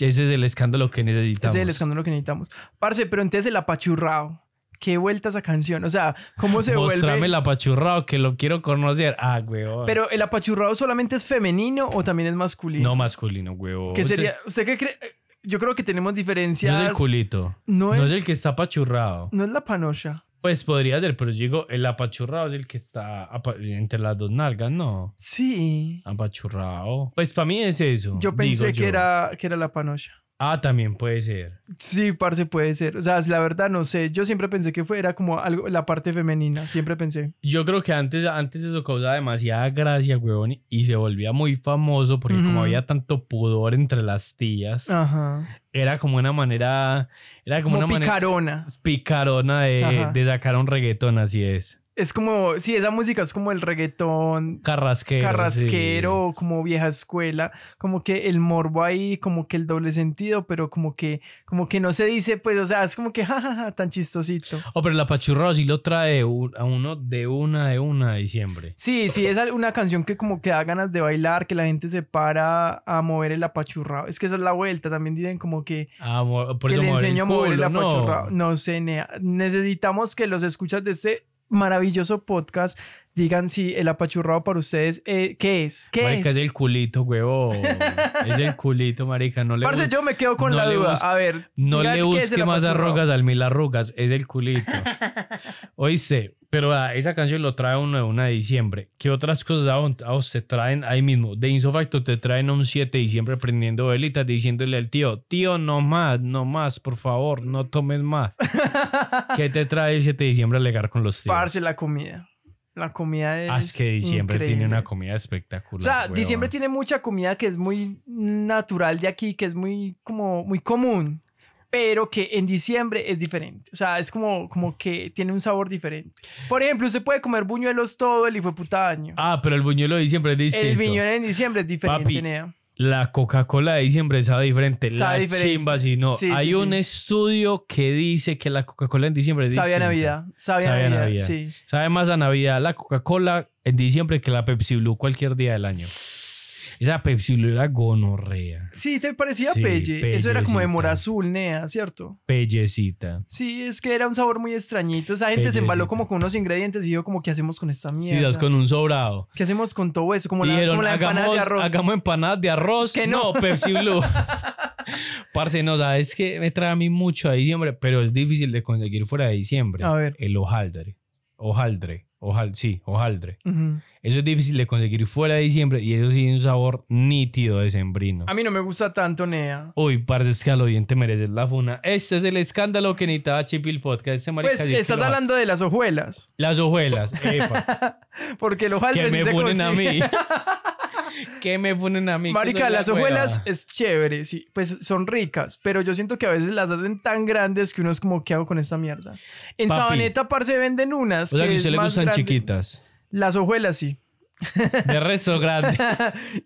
Speaker 2: Ese es el escándalo que necesitamos.
Speaker 1: Ese es el escándalo que necesitamos. Parce, pero entonces el apachurrado. Qué vuelta esa canción. O sea, cómo se
Speaker 2: Mostrame
Speaker 1: vuelve.
Speaker 2: el apachurrado que lo quiero conocer. Ah, weón.
Speaker 1: Pero el apachurrado solamente es femenino o también es masculino.
Speaker 2: no masculino, weón.
Speaker 1: ¿Qué
Speaker 2: Ese-
Speaker 1: sería? ¿Usted qué cree? Yo creo que tenemos
Speaker 2: No
Speaker 1: diferencias.
Speaker 2: es el culito.
Speaker 1: No
Speaker 2: No es
Speaker 1: es-
Speaker 2: el que está apachurrado.
Speaker 1: No es la panocha.
Speaker 2: Pues podría ser, pero yo digo, el apachurrado es el que está apa- entre las dos nalgas, ¿no?
Speaker 1: Sí.
Speaker 2: Apachurrado. Pues para mí es eso.
Speaker 1: Yo pensé
Speaker 2: digo
Speaker 1: que
Speaker 2: yo.
Speaker 1: era, que era la panocha.
Speaker 2: Ah, también puede ser.
Speaker 1: Sí, parce, puede ser. O sea, la verdad no sé. Yo siempre pensé que fue, era como algo, la parte femenina. Siempre pensé.
Speaker 2: Yo creo que antes, antes eso causaba demasiada gracia, huevón, y se volvía muy famoso porque como
Speaker 1: Ujú.
Speaker 2: había tanto pudor entre las tías,
Speaker 1: Ajá.
Speaker 2: era como una manera, era como, una
Speaker 1: Como,
Speaker 2: manera
Speaker 1: picarona.
Speaker 2: picarona de,
Speaker 1: Ajá.
Speaker 2: de sacar un reggaetón, así es.
Speaker 1: Es como, sí, esa música es como el reggaetón
Speaker 2: Carrasquero.
Speaker 1: carrasquero, como vieja escuela, como que el morbo ahí, como que el doble sentido, pero como que, como que no se dice, pues, o sea, es como que, jajaja, tan chistosito.
Speaker 2: sí. Oh, pero el apachurrado sí lo trae un- a uno de una, de una de diciembre.
Speaker 1: Sí, sí, es al- una canción que como que da ganas de bailar, que la gente se para a mover el apachurrado. Es que esa es la vuelta, también dicen como que,
Speaker 2: Ah, mo- por
Speaker 1: que
Speaker 2: eso
Speaker 1: le
Speaker 2: mover el
Speaker 1: enseño a mover el
Speaker 2: culo, no.
Speaker 1: apachurrado. No, sé, nea. necesitamos que los escuchas de este maravilloso podcast digan si el apachurrado para ustedes, eh, ¿qué es? ¿Qué
Speaker 2: Marica,
Speaker 1: es?
Speaker 2: es el culito, huevón. es el culito, marica. No le
Speaker 1: Parce,
Speaker 2: gusta.
Speaker 1: yo me quedo con
Speaker 2: no
Speaker 1: la
Speaker 2: le
Speaker 1: duda.
Speaker 2: bus-
Speaker 1: A ver,
Speaker 2: No
Speaker 1: digan
Speaker 2: le
Speaker 1: qué es el
Speaker 2: busque más
Speaker 1: apachurrado.
Speaker 2: arrugas al mil arrugas, es el culito. Oíste, pero ah, esa canción lo trae uno de una de diciembre. ¿Qué otras cosas a vos- a vos te traen ahí mismo? De Insofacto te traen un 7 de diciembre prendiendo velitas, diciéndole al tío, tío, no más, no más, por favor, no tomes más. ¿Qué te trae el 7 de diciembre a legar con los tíos?
Speaker 1: Parce, la comida. La comida es.
Speaker 2: Ah, es que diciembre tiene
Speaker 1: increíble.
Speaker 2: una comida espectacular.
Speaker 1: O sea,
Speaker 2: huevón.
Speaker 1: diciembre tiene mucha comida que es muy natural de aquí, que es muy, como, muy común, pero que en diciembre es diferente. O sea, es como, como que tiene un sabor diferente. Por ejemplo, usted puede comer buñuelos todo el hijo de puta año.
Speaker 2: Ah, pero el buñuelo de diciembre es distinto.
Speaker 1: el buñuelo en diciembre es diferente,
Speaker 2: Papi,
Speaker 1: nea.
Speaker 2: La Coca-Cola de diciembre sabe diferente.
Speaker 1: Sabe
Speaker 2: la
Speaker 1: diferente.
Speaker 2: chimba, si no.
Speaker 1: Sí,
Speaker 2: Hay
Speaker 1: sí,
Speaker 2: un
Speaker 1: sí.
Speaker 2: estudio que dice que la Coca-Cola en diciembre es
Speaker 1: Sabía a
Speaker 2: distinta.
Speaker 1: Navidad.
Speaker 2: Sabe
Speaker 1: Sabía,
Speaker 2: a
Speaker 1: a Navidad,
Speaker 2: Navidad.
Speaker 1: Sí.
Speaker 2: Sabe más a Navidad la Coca-Cola en diciembre que la Pepsi Blue cualquier día del año. Esa Pepsi Blue era gonorrea,
Speaker 1: Sí, te parecía
Speaker 2: Sí,
Speaker 1: pelle. Eso era como de
Speaker 2: pellecita.
Speaker 1: mora azul, nea, ¿cierto?
Speaker 2: pellecita.
Speaker 1: Sí, es que era un sabor muy extrañito. Esa gente se embaló
Speaker 2: Bellecita.
Speaker 1: como con unos ingredientes y dijo como, ¿qué hacemos con esta
Speaker 2: Si
Speaker 1: mierda?
Speaker 2: das con un sobrado.
Speaker 1: ¿Qué hacemos con todo eso? Como la,
Speaker 2: Dijeron,
Speaker 1: como la empanada
Speaker 2: hagamos,
Speaker 1: de arroz.
Speaker 2: hagamos empanadas de arroz.
Speaker 1: Es que
Speaker 2: no.
Speaker 1: no.
Speaker 2: Pepsi Blue. Parce, no, sabes que me trae a mí mucho a diciembre, pero es difícil de conseguir fuera de diciembre.
Speaker 1: A ver.
Speaker 2: El hojaldre. Hojaldre. Hojal, sí, hojaldre.
Speaker 1: Ujú.
Speaker 2: Eso es difícil de conseguir fuera de diciembre y eso sí es un sabor nítido de sembrino.
Speaker 1: A mí no me gusta tanto, Nea.
Speaker 2: Uy, parce, es que al oyente mereces la funa. Este es el escándalo que necesitaba Chipil Podcast. Este marica
Speaker 1: Pues
Speaker 2: sí es que
Speaker 1: estás
Speaker 2: lo-
Speaker 1: hablando de las hojuelas,
Speaker 2: Las hojuelas. Epa,
Speaker 1: porque los
Speaker 2: que
Speaker 1: hojaldres sí
Speaker 2: me
Speaker 1: se
Speaker 2: funen a
Speaker 1: consigue.
Speaker 2: mí. que me funen a mí. que
Speaker 1: Marica,
Speaker 2: soy la
Speaker 1: las
Speaker 2: hueva.
Speaker 1: hojuelas es chévere, sí, pues son ricas, pero yo siento que a veces las hacen tan grandes que uno es como, ¿qué hago con esta mierda? En
Speaker 2: Papi.
Speaker 1: Sabaneta, parce, venden unas
Speaker 2: O sea,
Speaker 1: que
Speaker 2: que a
Speaker 1: es
Speaker 2: usted le
Speaker 1: más
Speaker 2: gustan
Speaker 1: grande.
Speaker 2: chiquitas.
Speaker 1: Las hojuelas, sí.
Speaker 2: De resto grande.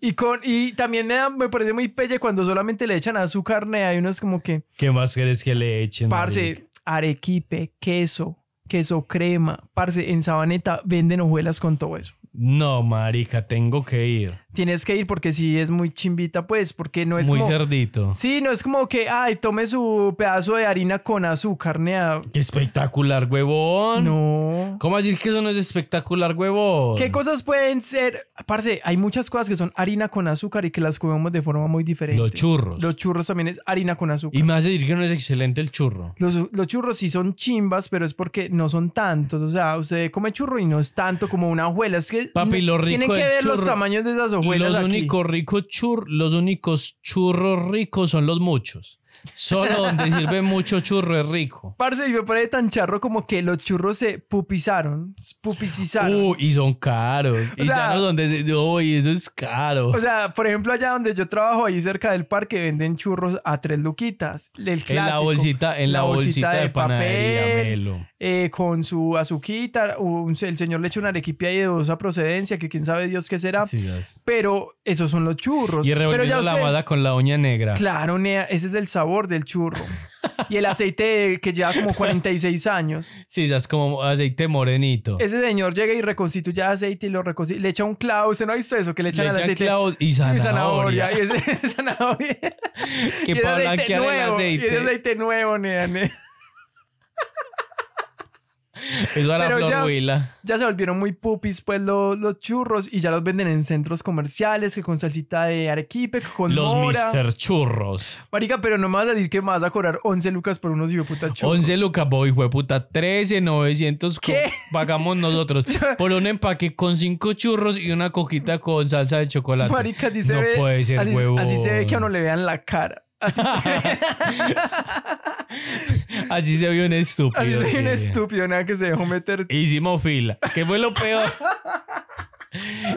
Speaker 1: y, con, y también me, da- me parece muy pelle cuando solamente le echan azúcar, nea, Hay unos como que,
Speaker 2: ¿Qué más querés que le echen? marica?
Speaker 1: parce, arequipe, queso, queso crema. Parce, en Sabaneta venden hojuelas con todo eso.
Speaker 2: No, marica, tengo que ir.
Speaker 1: Tienes que ir porque si es muy chimbita, pues, porque no es
Speaker 2: Muy
Speaker 1: como...
Speaker 2: cerdito.
Speaker 1: Sí, no es como que, ay, tome su pedazo de harina con azúcar, nea.
Speaker 2: Qué espectacular, huevón.
Speaker 1: No.
Speaker 2: ¿Cómo decir que eso no es espectacular, huevón?
Speaker 1: ¿Qué cosas pueden ser? Parce, hay muchas cosas que son harina con azúcar y que las comemos de forma muy diferente.
Speaker 2: Los churros.
Speaker 1: Los churros también es harina con azúcar.
Speaker 2: Y me vas a decir que no es excelente el churro.
Speaker 1: Los, los churros sí son chimbas, pero es porque no son tantos. O sea, usted come churro y no es tanto como una hojuela. Es que
Speaker 2: Papi, lo rico
Speaker 1: tienen que
Speaker 2: del
Speaker 1: ver los
Speaker 2: churro-
Speaker 1: tamaños de esas hojuelas
Speaker 2: Los
Speaker 1: aquí.
Speaker 2: únicos ricos chur- los únicos churros ricos son los muchos. Solo donde sirve mucho churro es rico.
Speaker 1: Parce, y me parece tan charro como que los churros se pupizaron, pupicizaron.
Speaker 2: Uh, y son caros.
Speaker 1: O
Speaker 2: y
Speaker 1: sea-
Speaker 2: ya no donde se- uy, eso es caro.
Speaker 1: O sea, por ejemplo, allá donde yo trabajo, ahí cerca del parque, venden churros a tres luquitas. El
Speaker 2: en la
Speaker 1: clásico.
Speaker 2: bolsita, en la, bolsita, de, panadería, Melo.
Speaker 1: eh, con su azuquita. un- el señor le echa una arequipe ahí de dudosa procedencia, que quién sabe Dios qué será.
Speaker 2: Sí, das.
Speaker 1: Pero esos son los churros.
Speaker 2: y
Speaker 1: Pues, Pero
Speaker 2: revolviendo la
Speaker 1: usted-
Speaker 2: guada con la uña negra.
Speaker 1: Claro, nea, ese es el sabor del churro. y el aceite de- que lleva como 46 años.
Speaker 2: Sí, das como aceite morenito.
Speaker 1: Ese señor llega y reconstituye aceite y lo reconstituye. Le echa un clavo. ¿Usted no ha visto eso? Que le echan
Speaker 2: Le
Speaker 1: al
Speaker 2: echan
Speaker 1: aceite.
Speaker 2: clavos y
Speaker 1: Y
Speaker 2: zanahoria.
Speaker 1: zanahoria. Y ese zanahoria.
Speaker 2: que
Speaker 1: Y ese
Speaker 2: para
Speaker 1: aceite
Speaker 2: blanquear el
Speaker 1: nuevo. Y ese
Speaker 2: aceite.
Speaker 1: aceite nuevo, nea, nea.
Speaker 2: Eso era
Speaker 1: Pero
Speaker 2: Flor
Speaker 1: ya-
Speaker 2: Huila.
Speaker 1: Ya se volvieron muy pupis, pues lo- los churros y ya los venden en centros comerciales, que con salsita de arequipe, que con
Speaker 2: Los
Speaker 1: mora.
Speaker 2: Mister Churros.
Speaker 1: Marica, pero no me vas a decir que me vas a cobrar 11 lucas por unos hijo de puta churros.
Speaker 2: 11 lucas, boy, hueputa, 13, 900 co-
Speaker 1: ¿Qué?
Speaker 2: pagamos nosotros por un empaque con 5 churros y una coquita con salsa de chocolate.
Speaker 1: Marica, así se
Speaker 2: no
Speaker 1: ve.
Speaker 2: puede ser,
Speaker 1: así,
Speaker 2: huevón.
Speaker 1: así se ve que a uno le vean la cara. Así se ve,
Speaker 2: Así se vio un estúpido.
Speaker 1: así se ve un
Speaker 2: sí.
Speaker 1: estúpido, nada que se dejó meter.
Speaker 2: Hicimos fila, que fue lo peor.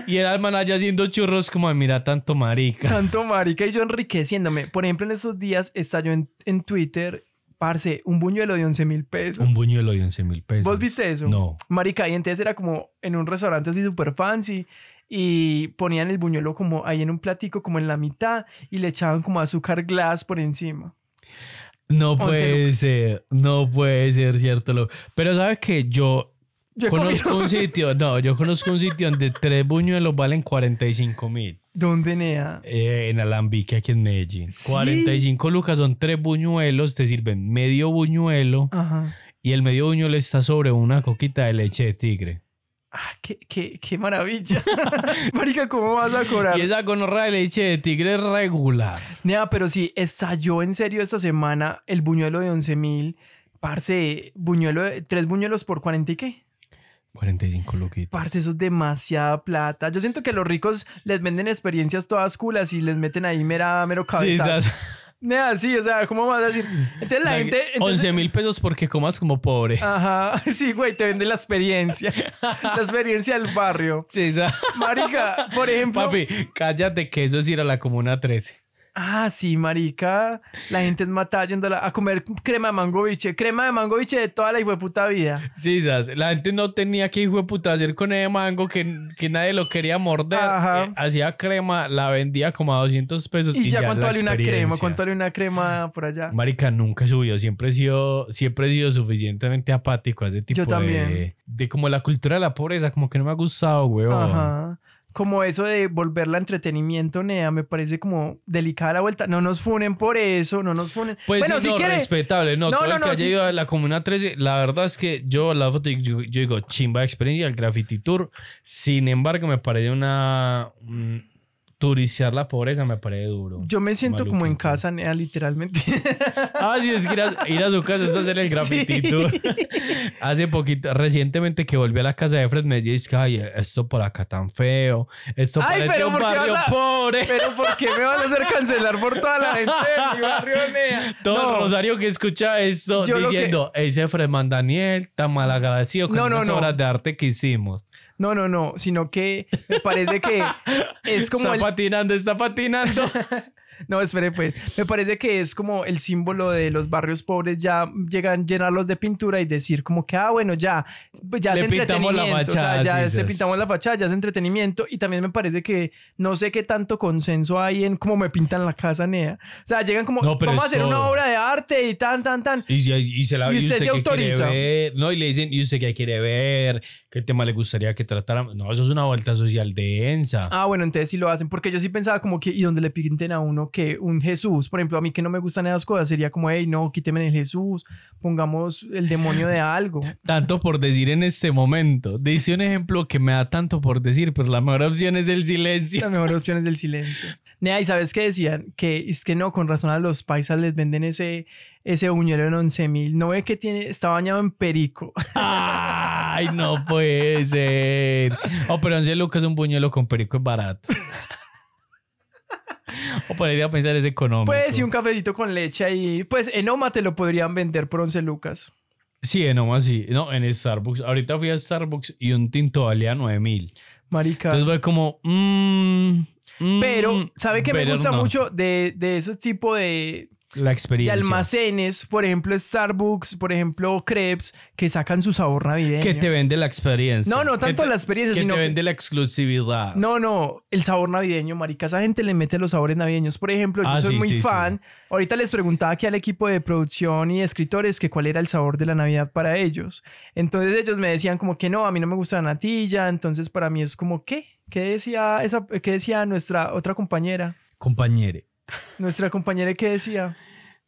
Speaker 2: y era el manager haciendo churros como, "Ay, mira, tanto marica.
Speaker 1: Tanto marica y yo enriqueciéndome. Por ejemplo, en esos días estalló en, en Twitter, parce, un buñuelo de 11 mil pesos.
Speaker 2: Un buñuelo de 11 mil pesos.
Speaker 1: ¿Vos viste eso?
Speaker 2: No.
Speaker 1: Marica, y entonces era como en un restaurante así super fancy y ponían el buñuelo como ahí en un platico, como en la mitad, y le echaban como azúcar glass por encima.
Speaker 2: No
Speaker 1: 11
Speaker 2: puede ser, no puede ser cierto. lo- Pero sabes que yo
Speaker 1: Yo he
Speaker 2: conozco
Speaker 1: comido-
Speaker 2: un sitio, no, yo conozco un sitio donde tres buñuelos valen 45 mil
Speaker 1: ¿Dónde, Nea?
Speaker 2: eh, en Alambique, aquí en Medellín.
Speaker 1: Sí.
Speaker 2: 45 lucas son tres buñuelos, te sirven medio buñuelo
Speaker 1: Ajá.
Speaker 2: y el medio buñuelo está sobre una coquita de leche de tigre.
Speaker 1: Ah, qué, qué, qué maravilla. Marica, ¿cómo vas a cobrar?
Speaker 2: Y esa gonorra de leche de tigre es regular.
Speaker 1: Nea, pero sí, estalló en serio esta semana el buñuelo de 11 mil. Parce, buñuelo, de- tres buñuelos por 40 y qué.
Speaker 2: 45 luquitas.
Speaker 1: Parce, eso es demasiada plata. Yo siento que los ricos les venden experiencias todas culas y les meten ahí mera, mero
Speaker 2: Sí,
Speaker 1: cabezazo.
Speaker 2: esas-
Speaker 1: Nea, sí, o sea, ¿cómo vas a decir? Entonces la gente. entonces- Ah.
Speaker 2: 11 mil pesos porque comas como pobre.
Speaker 1: Ajá, sí, güey, te vende la experiencia. La experiencia del barrio.
Speaker 2: Sí, esa-
Speaker 1: Marica, por ejemplo.
Speaker 2: Papi, cállate que eso es ir a la comuna 13.
Speaker 1: Ah, sí, marica. La gente es matada yéndola a comer crema de mango biche. Crema de mango biche de toda la hijueputa vida.
Speaker 2: Sí, sas, la gente no tenía que hijo de puta hacer con ese mango que, que nadie lo quería morder.
Speaker 1: Ajá.
Speaker 2: Eh, hacía crema, la vendía como a 200 pesos.
Speaker 1: Y, ya,
Speaker 2: es
Speaker 1: cuánto
Speaker 2: Pues la
Speaker 1: vale una crema,
Speaker 2: experiencia.
Speaker 1: cuánto vale una crema por allá.
Speaker 2: Marica nunca subió, siempre he sido, siempre he sido suficientemente apático a ese tipo
Speaker 1: Yo también.
Speaker 2: De, de como la cultura de la pobreza, como que no me ha gustado, weón.
Speaker 1: Ajá. Como eso de volverla a entretenimiento, Nea, me parece como delicada la vuelta. No nos funen por eso, no nos funen.
Speaker 2: Pues
Speaker 1: bueno,
Speaker 2: sí,
Speaker 1: si
Speaker 2: no,
Speaker 1: quiere-
Speaker 2: respetable, no,
Speaker 1: No,
Speaker 2: todo
Speaker 1: no,
Speaker 2: el
Speaker 1: no,
Speaker 2: que haya
Speaker 1: sí.
Speaker 2: ido a la Comuna 13, la verdad es que yo la foto, yo, yo digo, chimba de experiencia, el graffiti tour, sin embargo, me parece una... mm, turiciar la pobreza me parece duro.
Speaker 1: Yo me siento como en
Speaker 2: Maluquito.
Speaker 1: casa, Nea, literalmente.
Speaker 2: Ah, sí, es que ir a, ir a su casa es hacer el graffiti
Speaker 1: Sí.
Speaker 2: tour. Hace poquito, recientemente que volví a la casa de Fred, me dice que, ay, esto por acá tan feo, esto
Speaker 1: Ay,
Speaker 2: parece
Speaker 1: pero
Speaker 2: un
Speaker 1: ¿por qué vas
Speaker 2: barrio
Speaker 1: a-
Speaker 2: pobre.
Speaker 1: Pero ¿por qué me van a hacer cancelar por toda la gente de mi barrio, nea?
Speaker 2: Todo
Speaker 1: No,
Speaker 2: el Rosario que escucha esto
Speaker 1: Yo lo que-
Speaker 2: diciendo, ese Fredman Daniel tan mal agradecido con
Speaker 1: No, no,
Speaker 2: las
Speaker 1: no.
Speaker 2: obras de arte que hicimos.
Speaker 1: no, no, no, sino que me parece que es como
Speaker 2: está
Speaker 1: el,
Speaker 2: patinando, está patinando.
Speaker 1: No, espere pues. Me parece que es como el símbolo de los barrios pobres ya llegan llenarlos de pintura y decir como que ah bueno ya pues, ya
Speaker 2: Le
Speaker 1: es
Speaker 2: pintamos la
Speaker 1: entretenimiento, o sea,
Speaker 2: fachada,
Speaker 1: ya
Speaker 2: sí,
Speaker 1: se
Speaker 2: sí.
Speaker 1: pintamos la fachada, ya es entretenimiento y también me parece que no sé qué tanto consenso hay en cómo me pintan la casa Nea. O sea, llegan como
Speaker 2: No, pero
Speaker 1: vamos a
Speaker 2: es
Speaker 1: hacer una
Speaker 2: todo.
Speaker 1: obra de arte y tan tan tan.
Speaker 2: Y, si- y se la
Speaker 1: Y
Speaker 2: y
Speaker 1: usted
Speaker 2: usted,
Speaker 1: se
Speaker 2: qué quiere
Speaker 1: autoriza.
Speaker 2: ver, ¿no? Y le dicen, ¿y usted qué quiere ver? ¿Qué tema le gustaría que tratáramos? No, eso es una vuelta social densa.
Speaker 1: Ah, bueno, entonces sí lo hacen, porque yo sí pensaba como que, y donde le pinten a uno que un Jesús, por ejemplo, a mí que no me gustan esas cosas, sería como, hey, no, quíteme el Jesús, pongamos el demonio de algo.
Speaker 2: Tanto por decir en este momento. Dice un ejemplo que me da tanto por decir, pero la mejor opción es el silencio.
Speaker 1: La mejor opción es el silencio. Nea, ¿y sabes qué decían? Que es que no, con razón a los paisas les venden ese, ese buñuelo en 11 mil. No ve que tiene, está bañado en perico.
Speaker 2: Ay, no puede ser. Oh, pero 11 lucas un buñuelo con perico es barato. O podría pensar es económico.
Speaker 1: Pues, y un cafecito con leche ahí. Pues, en Oma te lo podrían vender por 11 lucas.
Speaker 2: Sí, en Oma sí. No, en Starbucks. Ahorita fui a Starbucks y un tinto valía 9000.
Speaker 1: Marica.
Speaker 2: Entonces fue como. mm, mm,
Speaker 1: pero, ¿sabe qué me
Speaker 2: pero
Speaker 1: gusta
Speaker 2: no.
Speaker 1: mucho de, de ese tipo de,
Speaker 2: La
Speaker 1: de
Speaker 2: experiencia.
Speaker 1: almacenes? Por ejemplo, Starbucks, por ejemplo, Crepes, que sacan su sabor navideño.
Speaker 2: Que te vende la experiencia.
Speaker 1: No, no,
Speaker 2: Que
Speaker 1: tanto
Speaker 2: te-
Speaker 1: la experiencia,
Speaker 2: Que
Speaker 1: sino
Speaker 2: te
Speaker 1: que-
Speaker 2: vende la exclusividad.
Speaker 1: No, no, el sabor navideño, marica. Esa gente le mete los sabores navideños. Por ejemplo, yo
Speaker 2: Ah,
Speaker 1: soy
Speaker 2: sí,
Speaker 1: muy
Speaker 2: sí, sí.
Speaker 1: fan. Ahorita les preguntaba aquí al equipo de producción y de escritores que cuál era el sabor de la Navidad para ellos. Entonces ellos me decían como que no, a mí no me gusta la natilla. Entonces para mí es como, ¿qué? ¿Qué decía, esa, qué decía nuestra otra compañera?
Speaker 2: Compañere.
Speaker 1: Nuestra compañera, ¿qué decía?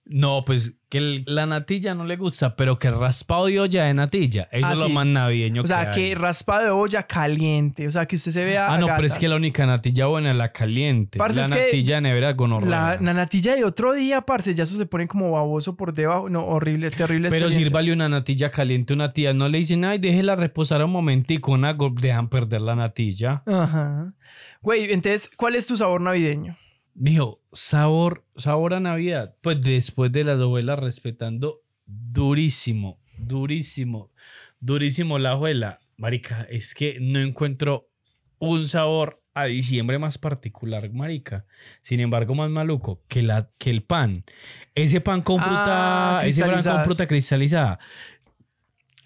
Speaker 2: No, pues que el- la natilla no le gusta, pero que el raspado de olla de natilla. Eso
Speaker 1: Ah,
Speaker 2: es lo
Speaker 1: sí.
Speaker 2: más navideño
Speaker 1: O sea,
Speaker 2: hay.
Speaker 1: que raspa de olla caliente. O sea, que usted se vea...
Speaker 2: Ah,
Speaker 1: a
Speaker 2: no, pero es
Speaker 1: gatas.
Speaker 2: que la única natilla buena es la caliente.
Speaker 1: Parce,
Speaker 2: la
Speaker 1: es que
Speaker 2: natilla de nevera con
Speaker 1: La, la natilla de otro día, parce, ya eso se pone como baboso por debajo. No, horrible, terrible
Speaker 2: Pero
Speaker 1: experiencia.
Speaker 2: sírvale una natilla caliente a una tía. No le dicen, ay, déjela reposar un momentico. Una go- dejan perder la natilla.
Speaker 1: Ajá. Güey, entonces, ¿cuál es tu sabor navideño?
Speaker 2: Dijo, sabor, sabor a Navidad. Pues después de las abuelas respetando durísimo, durísimo, durísimo la abuela. Marica, es que no encuentro un sabor a diciembre más particular, marica. Sin embargo, más maluco que, la, que el pan. Ese pan con fruta,
Speaker 1: Ah,
Speaker 2: ese pan con
Speaker 1: cristalizadas.
Speaker 2: fruta cristalizada.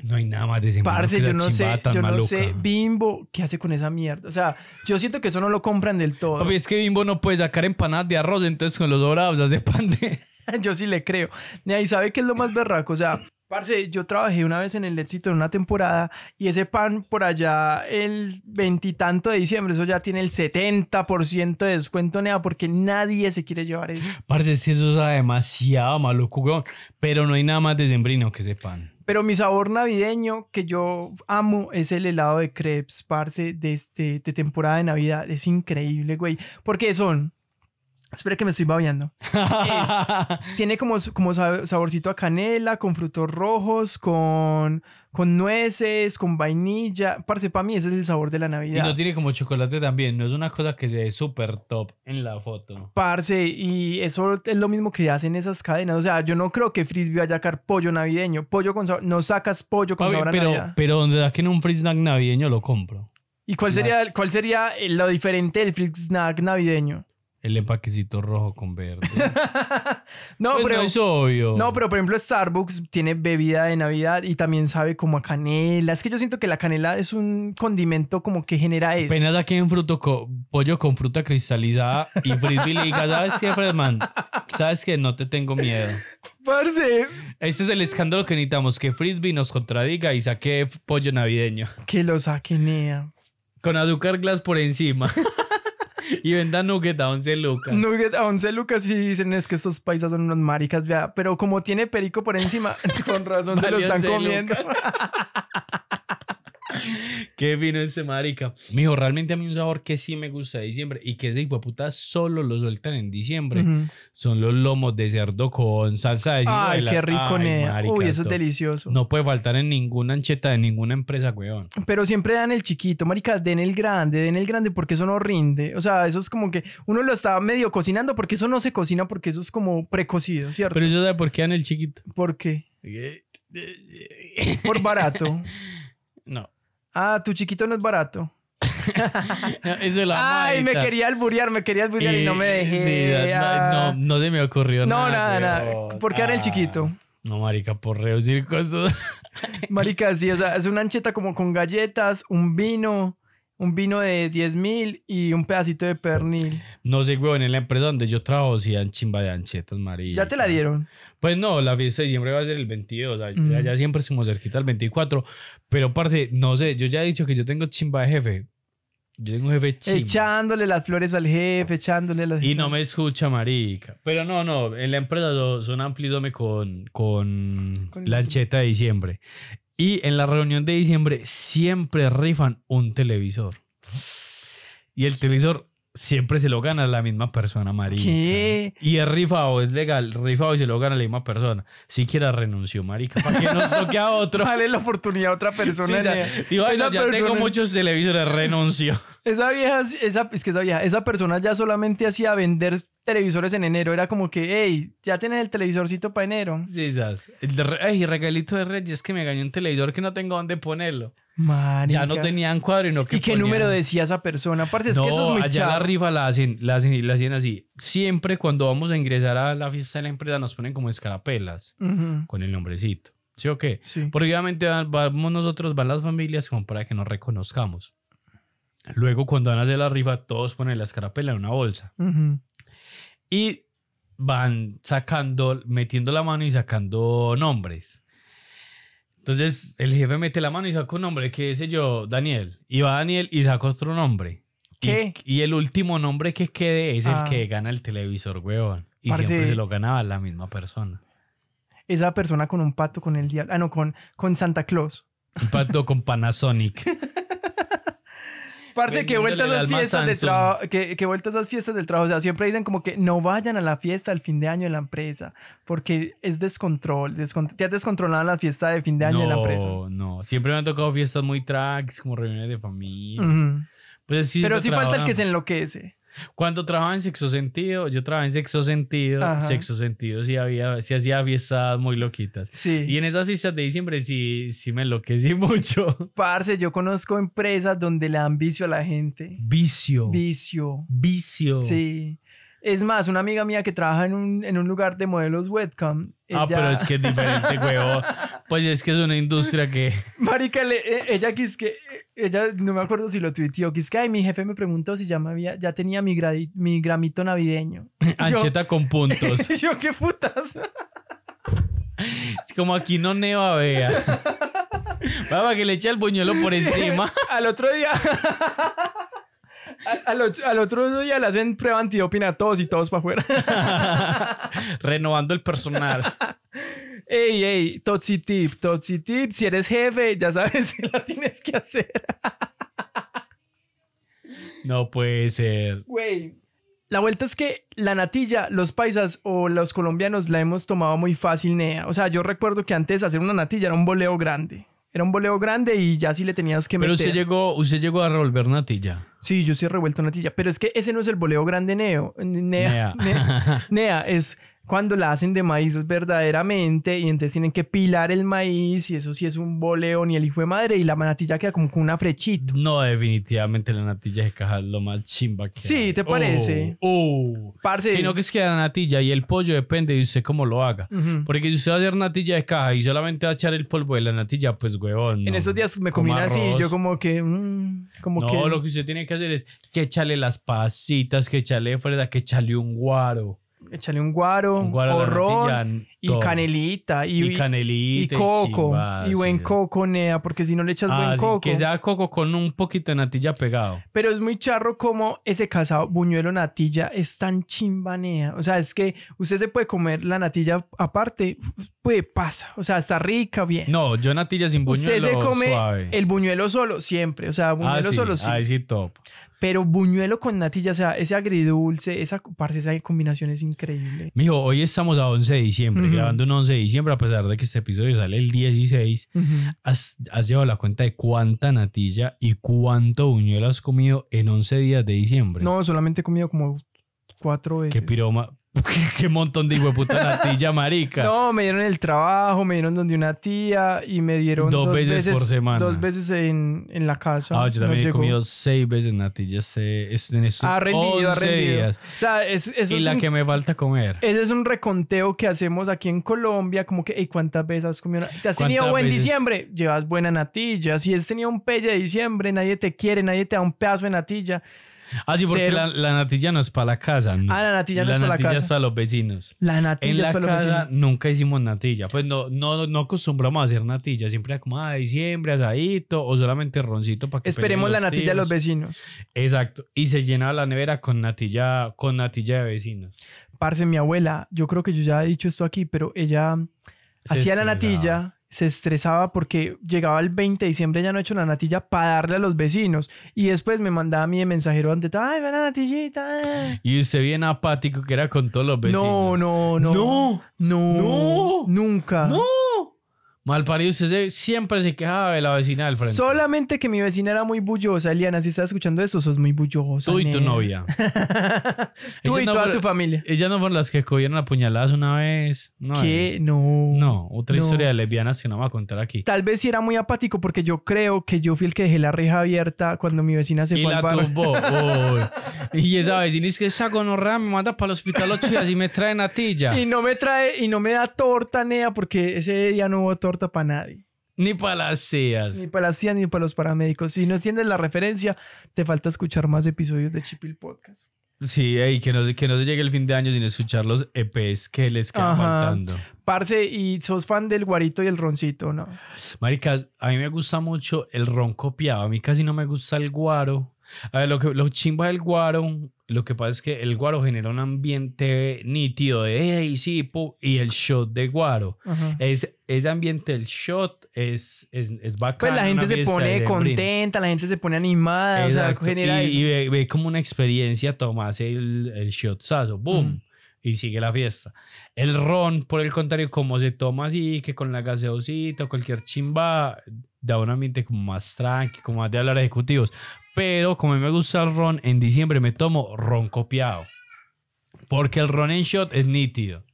Speaker 2: No hay nada más de ese
Speaker 1: Parce, yo no sé, yo no sé,
Speaker 2: maluca.
Speaker 1: Bimbo, ¿qué hace con esa mierda? O sea, yo siento que eso no lo compran del todo.
Speaker 2: Papi, es que Bimbo no puede sacar empanadas de arroz, entonces con los dorados hace pan de...
Speaker 1: Yo sí le creo. Y ahí sabe que es lo más berraco. O sea, parce, yo trabajé una vez en el éxito en una temporada y ese pan por allá el veintitanto de diciembre, eso ya tiene el 70% de descuento, nea, porque nadie se quiere llevar eso.
Speaker 2: Parce, es que eso sabe demasiado maluco, weón. Pero no hay nada más decembrino que ese pan.
Speaker 1: Pero mi sabor navideño que yo amo es el helado de crepes, parce, de, este, de temporada de Navidad. Es increíble, güey. Porque son... Espera que me estoy babeando. Tiene como, su- como sa- saborcito a canela, con frutos rojos, con, con nueces, con vainilla. Parce, para mí ese es el sabor de la
Speaker 2: y
Speaker 1: Navidad.
Speaker 2: no tiene como chocolate también. No es una cosa que se ve súper top en la foto.
Speaker 1: Parce, y eso es lo mismo que hacen esas cadenas. O sea, yo no creo que Frisbee vaya a sacar pollo navideño. Pollo con sabor... No sacas pollo con
Speaker 2: Papi,
Speaker 1: sabor a Navidad.
Speaker 2: pero, pero donde saquen un free snack navideño lo compro.
Speaker 1: ¿Y cuál sería, el- cuál sería el- lo diferente del freak snack navideño?
Speaker 2: El empaquecito rojo con verde.
Speaker 1: no,
Speaker 2: Pues
Speaker 1: pero,
Speaker 2: no es obvio.
Speaker 1: no, pero por ejemplo Starbucks tiene bebida de Navidad y también sabe como a canela. Es que yo siento que la canela es un condimento como que genera eso.
Speaker 2: Apenas saquen fruto co- pollo con fruta cristalizada y frisbee le diga, ¿sabes qué, Fredman? ¿Sabes qué? No te tengo miedo.
Speaker 1: Parce,
Speaker 2: Este es el escándalo que necesitamos, que frisbee nos contradiga y saque f- pollo navideño.
Speaker 1: que lo saquenea.
Speaker 2: Con azúcar glass por encima. y venda nugget a 11 lucas.
Speaker 1: Nugget a 11 lucas y dicen es que estos paisas son unos maricas, vea. Pero como tiene perico por encima, con razón se lo
Speaker 2: Valió 11
Speaker 1: están comiendo.
Speaker 2: Qué vino ese marica. Mijo, realmente a mí un sabor que sí me gusta de diciembre y que ese hijueputa solo lo sueltan en diciembre
Speaker 1: Ujú.
Speaker 2: son los lomos de cerdo con salsa de
Speaker 1: Ay,
Speaker 2: ciruela.
Speaker 1: qué rico,
Speaker 2: Ay,
Speaker 1: nea.
Speaker 2: marica,
Speaker 1: Uy, eso es
Speaker 2: esto
Speaker 1: delicioso.
Speaker 2: No puede faltar en ninguna ancheta de ninguna empresa, weón.
Speaker 1: Pero siempre dan el chiquito, marica, den el grande, den el grande porque eso no rinde. O sea, eso es como que uno lo está medio cocinando porque eso no se cocina porque eso es como precocido, ¿cierto?
Speaker 2: Pero eso sabe por qué dan el chiquito.
Speaker 1: ¿Por qué? Por barato.
Speaker 2: No.
Speaker 1: Ah, tu chiquito no es barato.
Speaker 2: No, eso es la
Speaker 1: Ay, me
Speaker 2: maita.
Speaker 1: quería alburear, me quería alburear y no me
Speaker 2: Eh,
Speaker 1: dejé.
Speaker 2: sí, no,
Speaker 1: ah.
Speaker 2: no, no se me ocurrió
Speaker 1: No,
Speaker 2: nada.
Speaker 1: nada, nada.
Speaker 2: weón.
Speaker 1: ¿Por qué era el
Speaker 2: Ah,
Speaker 1: chiquito?
Speaker 2: No, marica, por reducir costos.
Speaker 1: Marica, sí, o sea, es una ancheta como con galletas, un vino, un vino de 10 mil y un pedacito de pernil.
Speaker 2: No sé, weón, en la empresa donde yo trabajo sí dan chimba de anchetas, marica.
Speaker 1: Ya te la dieron.
Speaker 2: Pues no, la fiesta de diciembre va a ser el 22. Allá,
Speaker 1: Ujú.
Speaker 2: allá siempre estamos cerquita al 24. Pero, parce, no sé, yo ya he dicho que yo tengo chimba de jefe. Yo tengo jefe chimba.
Speaker 1: Echándole las flores al jefe, echándole las...
Speaker 2: Y no me escucha, marica. Pero no, no, en la empresa so- son amplidome con, con,
Speaker 1: Con el-
Speaker 2: la ancheta de diciembre. Y en la reunión de diciembre siempre rifan un televisor. Y el televisor siempre se lo gana la misma persona, marica.
Speaker 1: ¿Qué?
Speaker 2: Y es rifado, es legal, rifado y se lo gana la misma persona. Siquiera renunció, marica, para que nos toque a otro.
Speaker 1: Dale la oportunidad a otra persona.
Speaker 2: Sí, o sea,
Speaker 1: nena.
Speaker 2: digo, "Ay, no,
Speaker 1: Esa
Speaker 2: ya tengo
Speaker 1: persona-
Speaker 2: muchos televisores, renunció.
Speaker 1: Esa vieja, esa, es que esa vieja, esa persona ya solamente hacía vender televisores en enero. Era como que, hey, ya tienes el televisorcito para enero.
Speaker 2: Sí, sas. El de re- Ay, regalito de Reyes que me gané un televisor que no tengo dónde ponerlo.
Speaker 1: Marica.
Speaker 2: Ya no tenían cuadro y no que
Speaker 1: ¿Y qué
Speaker 2: ponían.
Speaker 1: número decía esa persona? Parce, es
Speaker 2: no,
Speaker 1: que eso es muy
Speaker 2: allá la
Speaker 1: chavo.
Speaker 2: rifa la hacen, la hacen, la hacen así. Siempre cuando vamos a ingresar a la fiesta de la empresa nos ponen como escarapelas
Speaker 1: Ujú,
Speaker 2: con el nombrecito. ¿Sí o qué?
Speaker 1: Sí.
Speaker 2: Porque obviamente van- vamos nosotros, van las familias como para que nos reconozcamos. Luego cuando van a hacer la rifa todos ponen la escarapela en una bolsa.
Speaker 1: Ujú.
Speaker 2: y van sacando, metiendo la mano y sacando nombres. Entonces el jefe mete la mano y saca un nombre, qué sé yo, Daniel. Y va Daniel y saca otro nombre.
Speaker 1: ¿Qué?
Speaker 2: Y, y el último nombre que quede es
Speaker 1: Ah.
Speaker 2: el que gana el televisor, weón. Y
Speaker 1: Parce.
Speaker 2: siempre se lo ganaba la misma persona.
Speaker 1: Esa persona con un pato con el diablo. Ah, no, con, con Santa Claus.
Speaker 2: Un pacto con Panasonic.
Speaker 1: Parce, que
Speaker 2: Vendiéndole
Speaker 1: vueltas
Speaker 2: el
Speaker 1: las
Speaker 2: alma a
Speaker 1: fiestas del
Speaker 2: Samsung.
Speaker 1: trabajo, que, que vueltas las fiestas del trabajo. O sea, siempre dicen como que no vayan a la fiesta del fin de año de la empresa, porque es descontrol. descont- te has descontrolado en la fiesta de fin de año de la empresa.
Speaker 2: No, no. Siempre me han tocado fiestas muy tracks, como reuniones de familia.
Speaker 1: Ujú.
Speaker 2: Pues sí,
Speaker 1: Mm. Pero
Speaker 2: me
Speaker 1: sí falta el
Speaker 2: trabajan.
Speaker 1: que se enloquece.
Speaker 2: Cuando trabajaba en sexo sentido, yo trabajaba en sexo sentido,
Speaker 1: Ajá.
Speaker 2: sexo sentido sí había, sí hacía fiestas muy loquitas.
Speaker 1: Sí.
Speaker 2: Y en esas fiestas de diciembre sí, sí me enloquecí mucho.
Speaker 1: Parce, yo conozco empresas donde le dan vicio a la gente.
Speaker 2: Vicio.
Speaker 1: Vicio.
Speaker 2: vicio.
Speaker 1: Sí. Es más, una amiga mía que trabaja en un, en un lugar de modelos webcam.
Speaker 2: Ah,
Speaker 1: ella-
Speaker 2: pero es que es diferente, huevo. Pues es que es una industria que.
Speaker 1: Marica, le- eh, ella que es que, eh, ella no me acuerdo si lo tuiteó, que es que ay, mi jefe me preguntó si ya, me había, ya tenía mi, gradi- mi gramito navideño.
Speaker 2: Ancheta con puntos.
Speaker 1: Y yo, qué putas.
Speaker 2: Es como aquí no neva, vea. Baba, que le echa el buñuelo por encima.
Speaker 1: al otro día. al- Al, och- al otro día le hacen prueba antidopina a todos y todos para afuera.
Speaker 2: Renovando el personal.
Speaker 1: Ey, ey, Totsi Tip, Totsi Tip, si eres jefe, ya sabes si la tienes que hacer.
Speaker 2: No puede ser.
Speaker 1: Güey. La vuelta es que la natilla, los paisas o los colombianos la hemos tomado muy fácil, nea. O sea, yo recuerdo que antes hacer una natilla era un boleo grande. Era un boleo grande y ya sí le tenías que
Speaker 2: Pero
Speaker 1: meter.
Speaker 2: usted llegó, usted llegó a revolver natilla.
Speaker 1: Sí, yo sí he revuelto natilla. Pero es que ese no es el boleo grande, neo. Nea. Nea,
Speaker 2: Nea.
Speaker 1: Nea, es cuando la hacen de maíz es verdaderamente y entonces tienen que pilar el maíz y eso sí es un boleo ni el hijo de madre y la natilla queda como con una frechita.
Speaker 2: No, definitivamente la natilla de caja es lo más chimba que
Speaker 1: Sí,
Speaker 2: hay.
Speaker 1: ¿te parece?
Speaker 2: Oh, oh.
Speaker 1: Parce.
Speaker 2: Sino que es que la natilla y el pollo depende de usted cómo lo haga.
Speaker 1: Ujú.
Speaker 2: Porque si usted va a hacer natilla de caja y solamente va a echar el polvo de la natilla, pues huevón.
Speaker 1: En
Speaker 2: no.
Speaker 1: esos días me comí
Speaker 2: Como
Speaker 1: así y
Speaker 2: arroz.
Speaker 1: yo como que... mm, como
Speaker 2: No,
Speaker 1: que...
Speaker 2: lo que usted tiene que hacer es que echarle las pasitas, que echarle fresa, que echarle un guaro.
Speaker 1: Échale un guaro,
Speaker 2: Un guaro a la
Speaker 1: horror
Speaker 2: natilla,
Speaker 1: y
Speaker 2: todo.
Speaker 1: canelita y,
Speaker 2: Y canelita.
Speaker 1: y coco
Speaker 2: chimbas,
Speaker 1: y buen
Speaker 2: sí.
Speaker 1: coco, nea, porque si no le echas
Speaker 2: Ah,
Speaker 1: buen
Speaker 2: sí,
Speaker 1: coco.
Speaker 2: Que sea coco con un poquito de natilla pegado.
Speaker 1: Pero es muy charro como ese casado buñuelo natilla es tan chimbanea. O sea, es que usted se puede comer la natilla aparte, pues pasa. O sea, está rica, bien.
Speaker 2: No, yo natilla sin buñuelo
Speaker 1: usted se come
Speaker 2: suave.
Speaker 1: el buñuelo solo, siempre. O sea, buñuelo
Speaker 2: ah, sí.
Speaker 1: solo sí.
Speaker 2: Ahí sí top.
Speaker 1: Pero buñuelo con natilla, o sea, ese agridulce, esa, parce, esa combinación es increíble.
Speaker 2: Mijo, hoy estamos a 11 de diciembre,
Speaker 1: Ujú.
Speaker 2: grabando un 11 de diciembre, a pesar de que este episodio sale el 16.
Speaker 1: Ujú.
Speaker 2: ¿Has, has llevado la cuenta de cuánta natilla y cuánto buñuelo has comido en 11 días de diciembre?
Speaker 1: No, solamente he comido como cuatro veces.
Speaker 2: Qué piroma. Qué, qué montón de hijueputa natilla, marica.
Speaker 1: No, me dieron el trabajo, me dieron donde una tía y me dieron
Speaker 2: Dos veces por semana.
Speaker 1: Dos veces en, en la casa.
Speaker 2: Ah, yo
Speaker 1: No
Speaker 2: también he
Speaker 1: llegó.
Speaker 2: comido seis veces natilla se- es- en estos
Speaker 1: Ha rendido, ha
Speaker 2: 11
Speaker 1: rendido.
Speaker 2: días.
Speaker 1: O sea, es, eso
Speaker 2: Y
Speaker 1: es
Speaker 2: la
Speaker 1: un- Eh,
Speaker 2: que me falta comer.
Speaker 1: Ese es un reconteo que hacemos aquí en Colombia, como que, "Ey, ¿cuántas veces has comido? na- ¿Te has tenido
Speaker 2: ¿Cuántas
Speaker 1: buen
Speaker 2: veces?
Speaker 1: diciembre? Llevas buena natilla. Si has tenido un pelle de diciembre, nadie te quiere, nadie te da un pedazo de natilla.
Speaker 2: Ah, sí, porque
Speaker 1: Cero.
Speaker 2: la, la natilla no es para la casa. ¿no?
Speaker 1: Ah, la natilla no es pa' la
Speaker 2: natilla
Speaker 1: casa.
Speaker 2: es para los vecinos.
Speaker 1: La natilla
Speaker 2: En la
Speaker 1: es para lo que
Speaker 2: casa
Speaker 1: sí.
Speaker 2: nunca hicimos natilla. Pues no, no, no acostumbramos a hacer natilla. Siempre era como a diciembre, asadito o solamente roncito para que
Speaker 1: Esperemos la
Speaker 2: peguen
Speaker 1: natilla de los
Speaker 2: tíos.
Speaker 1: vecinos.
Speaker 2: Exacto. Y se llenaba la nevera con natilla, con natilla de vecinos.
Speaker 1: Parce, mi abuela, yo creo que yo ya he dicho esto aquí, pero ella
Speaker 2: Se
Speaker 1: hacía la
Speaker 2: estresaba.
Speaker 1: natilla, se estresaba porque llegaba el 20 de diciembre ya no he hecho la natilla para darle a los vecinos. Y después me mandaba a mí de mensajero ante todo, ay, ve la natillita. eh".
Speaker 2: Y usted bien apático que era con todos los vecinos.
Speaker 1: No, no, Ah. no.
Speaker 2: No.
Speaker 1: No,
Speaker 2: No.
Speaker 1: nunca.
Speaker 2: No. Mal parido, usted se- siempre se quejaba de la vecina del frente.
Speaker 1: Solamente que mi vecina era muy bullosa, Eliana. Si estás escuchando eso, sos muy bullosa.
Speaker 2: Tú y tu
Speaker 1: nena.
Speaker 2: novia.
Speaker 1: Tú
Speaker 2: Ella
Speaker 1: y
Speaker 2: no,
Speaker 1: toda
Speaker 2: pero-
Speaker 1: tu familia.
Speaker 2: Ellas no fueron las que cogieron a puñaladas una vez. No
Speaker 1: ¿Qué?
Speaker 2: es.
Speaker 1: No.
Speaker 2: No, otra
Speaker 1: No.
Speaker 2: historia de lesbianas que no vamos a contar aquí.
Speaker 1: Tal vez sí era muy apático porque yo creo que yo fui el que dejé la reja abierta cuando mi vecina se
Speaker 2: y
Speaker 1: fue
Speaker 2: la
Speaker 1: al bar.
Speaker 2: tumbó. Uy. Y esa vecina es que esa gonorrea me manda para el hospital ocho días y me trae natilla.
Speaker 1: Y no me trae, y no me da torta, Nea, porque ese día no hubo torta para nadie.
Speaker 2: Ni para las tías.
Speaker 1: Ni para las tías ni para los paramédicos. Si no entiendes la referencia, te falta escuchar más episodios de Chipil Podcast.
Speaker 2: Sí, ey, que, no, se- que no se llegue el fin de año sin escuchar los EPs que les quedan
Speaker 1: Ajá.
Speaker 2: faltando.
Speaker 1: Parce, y sos fan del guarito y el roncito, ¿no?
Speaker 2: Marica, a mí me gusta mucho el ron copiado. A mí casi no me gusta el guaro. A ver, lo que los chimbas del guaro, lo que pasa es que el guaro genera un ambiente nítido de hey, sí, po", y el shot de guaro.
Speaker 1: Ajá.
Speaker 2: Es, ese ambiente del shot es, es, es bacano.
Speaker 1: Pues la
Speaker 2: una
Speaker 1: gente se
Speaker 2: fiesta
Speaker 1: pone
Speaker 2: de brindis.
Speaker 1: contenta, la gente se pone animada, o
Speaker 2: Exacto,
Speaker 1: sea, genera
Speaker 2: y,
Speaker 1: eso.
Speaker 2: y ve, ve como una experiencia tomas el, el shotzazo, boom,
Speaker 1: Ujú.
Speaker 2: y sigue la fiesta. El ron, por el contrario, como se toma así, que con la gaseosita, o cualquier chimba, da un ambiente como más tranqui, como más de hablar a ejecutivos. Pero como a mí me gusta el ron, en diciembre me tomo ron copiado. Porque el ron en shot es nítido.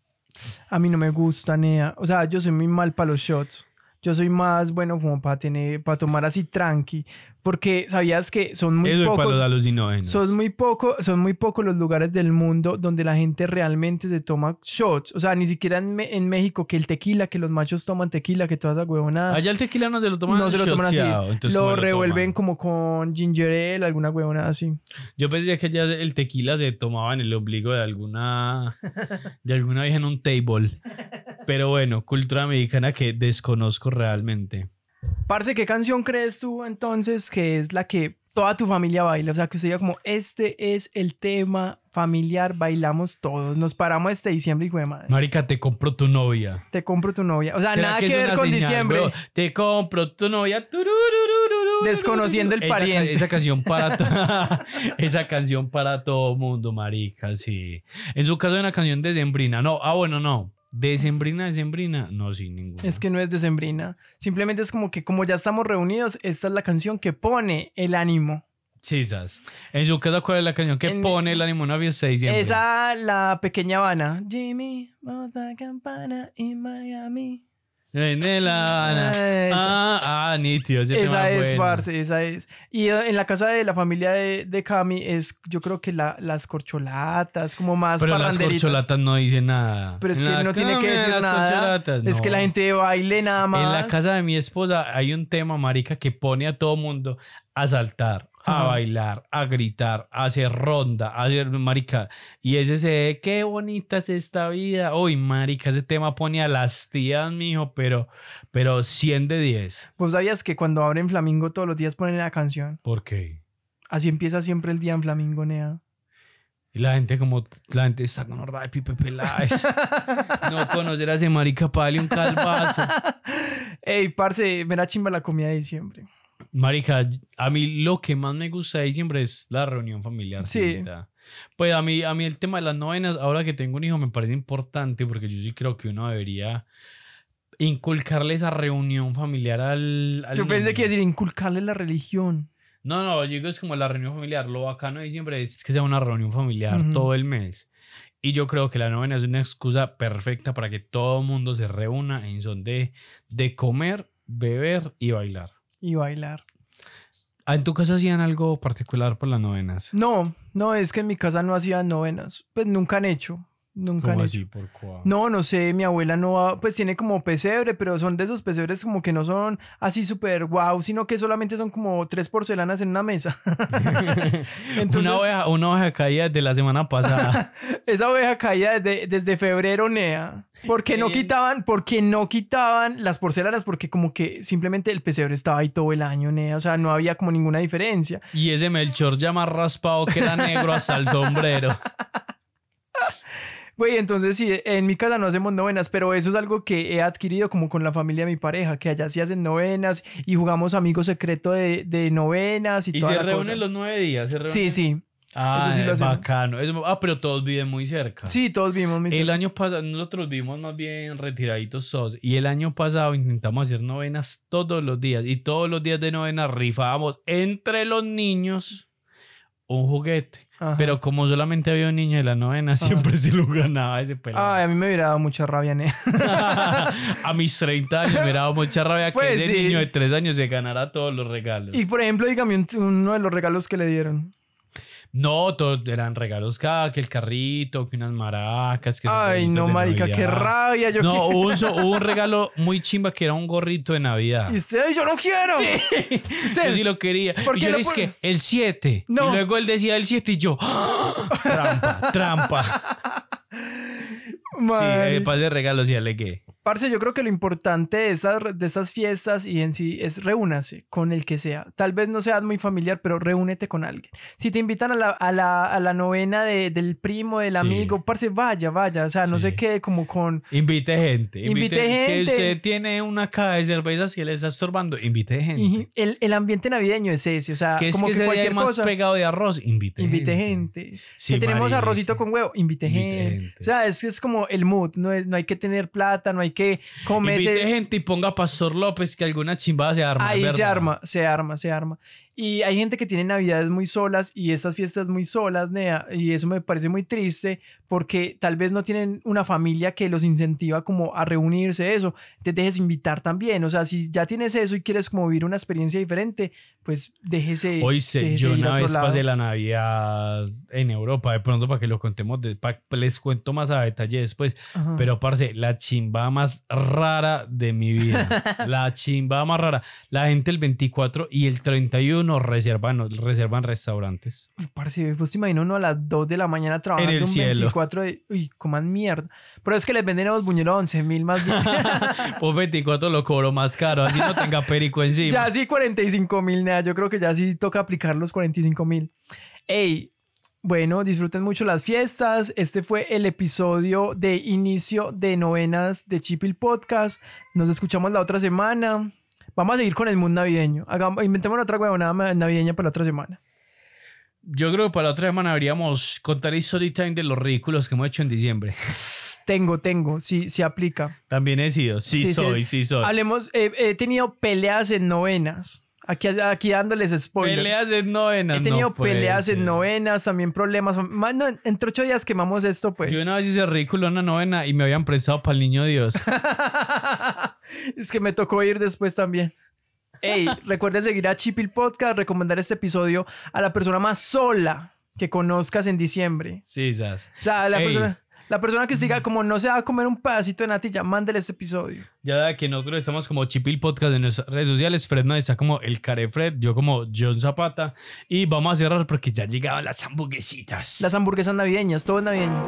Speaker 1: A mí no me gusta, Nea. O sea, yo soy muy mal para los shots. Yo soy más bueno como para tener, para tomar así tranqui. Porque sabías que son muy
Speaker 2: Eso es para los
Speaker 1: pocos.
Speaker 2: alucinógenos.
Speaker 1: Son muy, poco, son muy pocos los lugares del mundo donde la gente realmente se toma shots. O sea, ni siquiera en, Me- en México que el tequila, que los machos toman tequila, que toda esa huevonada.
Speaker 2: Allá el tequila no se lo toman
Speaker 1: no se lo toman así.
Speaker 2: shoteado, entonces, ¿cómo
Speaker 1: lo
Speaker 2: toman?
Speaker 1: revuelven como con ginger ale, alguna huevonada así.
Speaker 2: Yo pensé que ya el tequila se tomaba en el ombligo de alguna de alguna vieja en un table. Pero bueno, cultura mexicana que desconozco realmente.
Speaker 1: Parce, ¿qué canción crees tú entonces que es la que toda tu familia baila? O sea, que usted diga como, este es el tema familiar, bailamos todos, nos paramos este diciembre, hijo de madre.
Speaker 2: Marica, te compro tu novia.
Speaker 1: Te compro tu novia. O sea,
Speaker 2: ¿Será
Speaker 1: nada que,
Speaker 2: es
Speaker 1: ver
Speaker 2: una
Speaker 1: con
Speaker 2: señal,
Speaker 1: diciembre.
Speaker 2: bro? Te compro tu novia. Tururururururu.
Speaker 1: Desconociendo el
Speaker 2: Esa ca-
Speaker 1: pariente.
Speaker 2: Esa, canción para to- esa canción para todo mundo, marica, sí. En su caso, una canción decembrina. No, ah, bueno, no. Decembrina, decembrina. No, sin ninguna.
Speaker 1: Es que no es decembrina. Simplemente es como que como ya estamos reunidos, esta es la canción que pone el ánimo.
Speaker 2: Chisas. En su caso, ¿cuál es la canción que
Speaker 1: En-
Speaker 2: pone el ánimo en una fiesta de diciembre?
Speaker 1: Esa, la pequeña Habana. Jimmy, bota campana en Miami.
Speaker 2: De la Habana.
Speaker 1: Ah, esa.
Speaker 2: Ah, ah, nítido. ese tema
Speaker 1: Esa es,
Speaker 2: bueno.
Speaker 1: parce, esa es. Y eh, en la casa de la familia de, de Cami es, yo creo que la- las corcholatas, como más
Speaker 2: Pero las
Speaker 1: parranderitas.
Speaker 2: corcholatas no dicen nada.
Speaker 1: Pero es
Speaker 2: En
Speaker 1: que
Speaker 2: la
Speaker 1: no tiene que
Speaker 2: cama,
Speaker 1: decir
Speaker 2: las
Speaker 1: nada.
Speaker 2: corcholatas,
Speaker 1: Es que
Speaker 2: no.
Speaker 1: la gente baile nada más.
Speaker 2: En la casa de mi esposa hay un tema, marica, que pone a todo mundo a saltar, a
Speaker 1: Ajá.
Speaker 2: bailar, a gritar, a hacer ronda, a hacer marica. Y ese se ve, qué bonita es esta vida. Uy, marica, ese tema pone a las tías, mijo, pero, pero 100 de 10.
Speaker 1: ¿Vos sabías que cuando abren Flamingo todos los días ponen la canción?
Speaker 2: ¿Por qué?
Speaker 1: Así empieza siempre el día en Flamingo, Nea.
Speaker 2: Y la gente como, la gente está con horror de Pipe Peláez. No conocer a ese marica pali un calvazo.
Speaker 1: Ey, parce, me la chimba la comida de diciembre.
Speaker 2: Marica, a mí lo que más me gusta de diciembre es la reunión familiar.
Speaker 1: Sí.
Speaker 2: cita. Pues a mí, a mí el tema de las novenas, ahora que tengo un hijo, me parece importante porque yo sí creo que uno debería inculcarle esa reunión familiar al... al
Speaker 1: Yo pensé
Speaker 2: niño.
Speaker 1: que iba a decir inculcarle la religión.
Speaker 2: No, no, yo digo es como la reunión familiar. Lo bacano de diciembre es que sea una reunión familiar
Speaker 1: Ujú.
Speaker 2: todo el mes. Y yo creo que la novena es una excusa perfecta para que todo el mundo se reúna en son de, de comer, beber y bailar.
Speaker 1: y bailar.
Speaker 2: Ah, ¿En tu casa hacían algo particular por las novenas?
Speaker 1: No, no, es que en mi casa no hacían novenas. Pues nunca han hecho. Nunca han
Speaker 2: ¿Cómo
Speaker 1: hecho.
Speaker 2: así? ¿Por cuál?
Speaker 1: No, no sé, mi abuela no va- pues tiene como pesebre, pero son de esos pesebres como que no son así súper guau, sino que solamente son como tres porcelanas en una mesa. Entonces,
Speaker 2: una, oveja, una oveja caída de la semana pasada.
Speaker 1: esa oveja caía desde, desde febrero, Nea. Porque no
Speaker 2: Bien.
Speaker 1: quitaban, porque no quitaban las porcelanas, porque como que simplemente el pesebre estaba ahí todo el año, Nea. O sea, no había como ninguna diferencia.
Speaker 2: y ese Melchor ya más raspado que era negro hasta el sombrero.
Speaker 1: Güey, entonces sí, en mi casa no hacemos novenas, pero eso es algo que he adquirido como con la familia de mi pareja, que allá sí hacen novenas y jugamos amigos secreto de, de novenas y,
Speaker 2: Y
Speaker 1: toda
Speaker 2: se
Speaker 1: la
Speaker 2: reúnen
Speaker 1: cosa.
Speaker 2: los nueve días. se reúnen.
Speaker 1: Sí, sí,
Speaker 2: Ah,
Speaker 1: eso sí lo
Speaker 2: es
Speaker 1: hacemos.
Speaker 2: bacano. Es- ah, pero todos viven muy cerca.
Speaker 1: sí, todos vimos mis...
Speaker 2: Ah. El año pasado, nosotros vimos más bien retiraditos todos. Y el año pasado intentamos hacer novenas todos los días. Y todos los días de novena rifábamos entre los niños un juguete.
Speaker 1: Ajá. Ah.
Speaker 2: Pero como solamente había un niño de la novena, siempre se lo ganaba ese pelado.
Speaker 1: Ay, a mí me hubiera dado mucha rabia, nea.
Speaker 2: a mis 30 años me daba mucha rabia
Speaker 1: Ah. Pues
Speaker 2: que ese
Speaker 1: sí.
Speaker 2: niño de 3 años se ganara todos los regalos.
Speaker 1: Y por ejemplo, dígame un- uno de los regalos que le dieron.
Speaker 2: No, todos eran regalos cada, que el carrito, que unas maracas, que esos
Speaker 1: Ay,
Speaker 2: regalitos
Speaker 1: no,
Speaker 2: de
Speaker 1: marica, qué
Speaker 2: Navidad.
Speaker 1: rabia. Yo
Speaker 2: No,
Speaker 1: quiero-
Speaker 2: hubo un, so- hubo un regalo muy chimba que era un gorrito de Navidad.
Speaker 1: Y usted, "Ay, yo no quiero. Usted,
Speaker 2: Yo sí lo quería.
Speaker 1: ¿Por
Speaker 2: Y
Speaker 1: qué
Speaker 2: yo
Speaker 1: lo
Speaker 2: le dije
Speaker 1: pon-
Speaker 2: el 7.
Speaker 1: No.
Speaker 2: Y luego él decía el 7 y yo, ¡ah! trampa, trampa. Sí,
Speaker 1: marica.
Speaker 2: eh, paz de regalos y alegué.
Speaker 1: Parce, yo creo que lo importante de estas, de estas fiestas y en sí es reúnase con el que sea. Tal vez no seas muy familiar, pero reúnete con alguien. Si te invitan a la, a la, a la novena de- del primo, del
Speaker 2: Sí.
Speaker 1: amigo, parce, vaya, vaya. O sea, no
Speaker 2: Sí.
Speaker 1: se quede como con...
Speaker 2: Invite gente.
Speaker 1: Invite
Speaker 2: Que
Speaker 1: gente.
Speaker 2: usted tiene una caja de cervezas que le está estorbando. Invite gente.
Speaker 1: y El, el ambiente navideño es ese, o sea,
Speaker 2: que es
Speaker 1: como
Speaker 2: que,
Speaker 1: que,
Speaker 2: ese día hay
Speaker 1: cualquier
Speaker 2: más
Speaker 1: cosa.
Speaker 2: pegado de arroz. Invite,
Speaker 1: Invite gente.
Speaker 2: Sí,
Speaker 1: que tenemos
Speaker 2: marica.
Speaker 1: arrocito con huevo, invite,
Speaker 2: Invite
Speaker 1: gente.
Speaker 2: gente.
Speaker 1: O sea, es que es como el mood, no, es- no hay que tener plata, no hay que
Speaker 2: Invite
Speaker 1: comerse.
Speaker 2: gente y ponga a Pastor López que alguna chimbada se arma. es
Speaker 1: Ahí se
Speaker 2: verdad.
Speaker 1: arma, se arma, se arma. Y hay gente que tiene navidades muy solas y estas fiestas muy solas, Nea, y eso me parece muy triste porque tal vez no tienen una familia que los incentiva como a reunirse, eso, te dejes invitar también, o sea, si ya tienes eso y quieres como vivir una experiencia diferente, pues déjese,
Speaker 2: Oíste,
Speaker 1: déjese
Speaker 2: yo
Speaker 1: ir a
Speaker 2: una
Speaker 1: otro
Speaker 2: vez
Speaker 1: lado.
Speaker 2: pasé la Navidad en Europa, de pronto para que lo contemos, de- pa- les cuento más a detalle después,
Speaker 1: Ajá.
Speaker 2: pero parce, la chimba más rara de mi vida, la chimba más rara, la gente el 24 y el 31 reservan, reservan restaurantes.
Speaker 1: Parce, pues te imagino uno a las 2 de la mañana trabajando
Speaker 2: En el
Speaker 1: un
Speaker 2: cielo.
Speaker 1: 24 de... Uy, coman mierda. Pero es que les venden a los buñuelos 11 mil más bien.
Speaker 2: Pues 24 lo cobro más caro, así no tenga perico encima.
Speaker 1: ya sí 45 mil, nada. Yo creo que ya sí toca aplicar los 45 mil. Ey, bueno, disfruten mucho las fiestas. Este fue el episodio de inicio de novenas de Chipil Podcast. Nos escuchamos la otra semana. Vamos a seguir con el mundo navideño. Hagamos, inventemos otra huevonada navideña para la otra semana.
Speaker 2: Yo creo que para la otra semana deberíamos contar el story time de los ridículos que hemos hecho en diciembre.
Speaker 1: Tengo, tengo. Sí, sí aplica.
Speaker 2: También he sido, sí,
Speaker 1: Sí, sí.
Speaker 2: soy, sí soy.
Speaker 1: Hablemos, eh, he tenido peleas en novenas. Aquí, aquí dándoles spoiler.
Speaker 2: Peleas en novenas.
Speaker 1: He tenido
Speaker 2: no puede
Speaker 1: peleas
Speaker 2: ser.
Speaker 1: en novenas, también problemas. Más, no, entre ocho días quemamos esto, pues.
Speaker 2: Yo una vez hice ridículo en una novena y me habían prestado para el niño Dios.
Speaker 1: es que me tocó ir después también. Hey, recuerden seguir a Chipil Podcast, recomendar este episodio a la persona más sola que conozcas en diciembre.
Speaker 2: Sí, sas.
Speaker 1: O sea, la
Speaker 2: Ey. Mm.
Speaker 1: persona... La persona que os diga, como no se va a comer un pedacito de natilla, mándele este episodio.
Speaker 2: Ya que nosotros estamos como Chipil Podcast en nuestras redes sociales, Fredman está como el Carefred, yo como John Zapata. Y vamos a cerrar porque ya llegaban las hamburguesitas.
Speaker 1: Las hamburguesas navideñas, todo es navideño.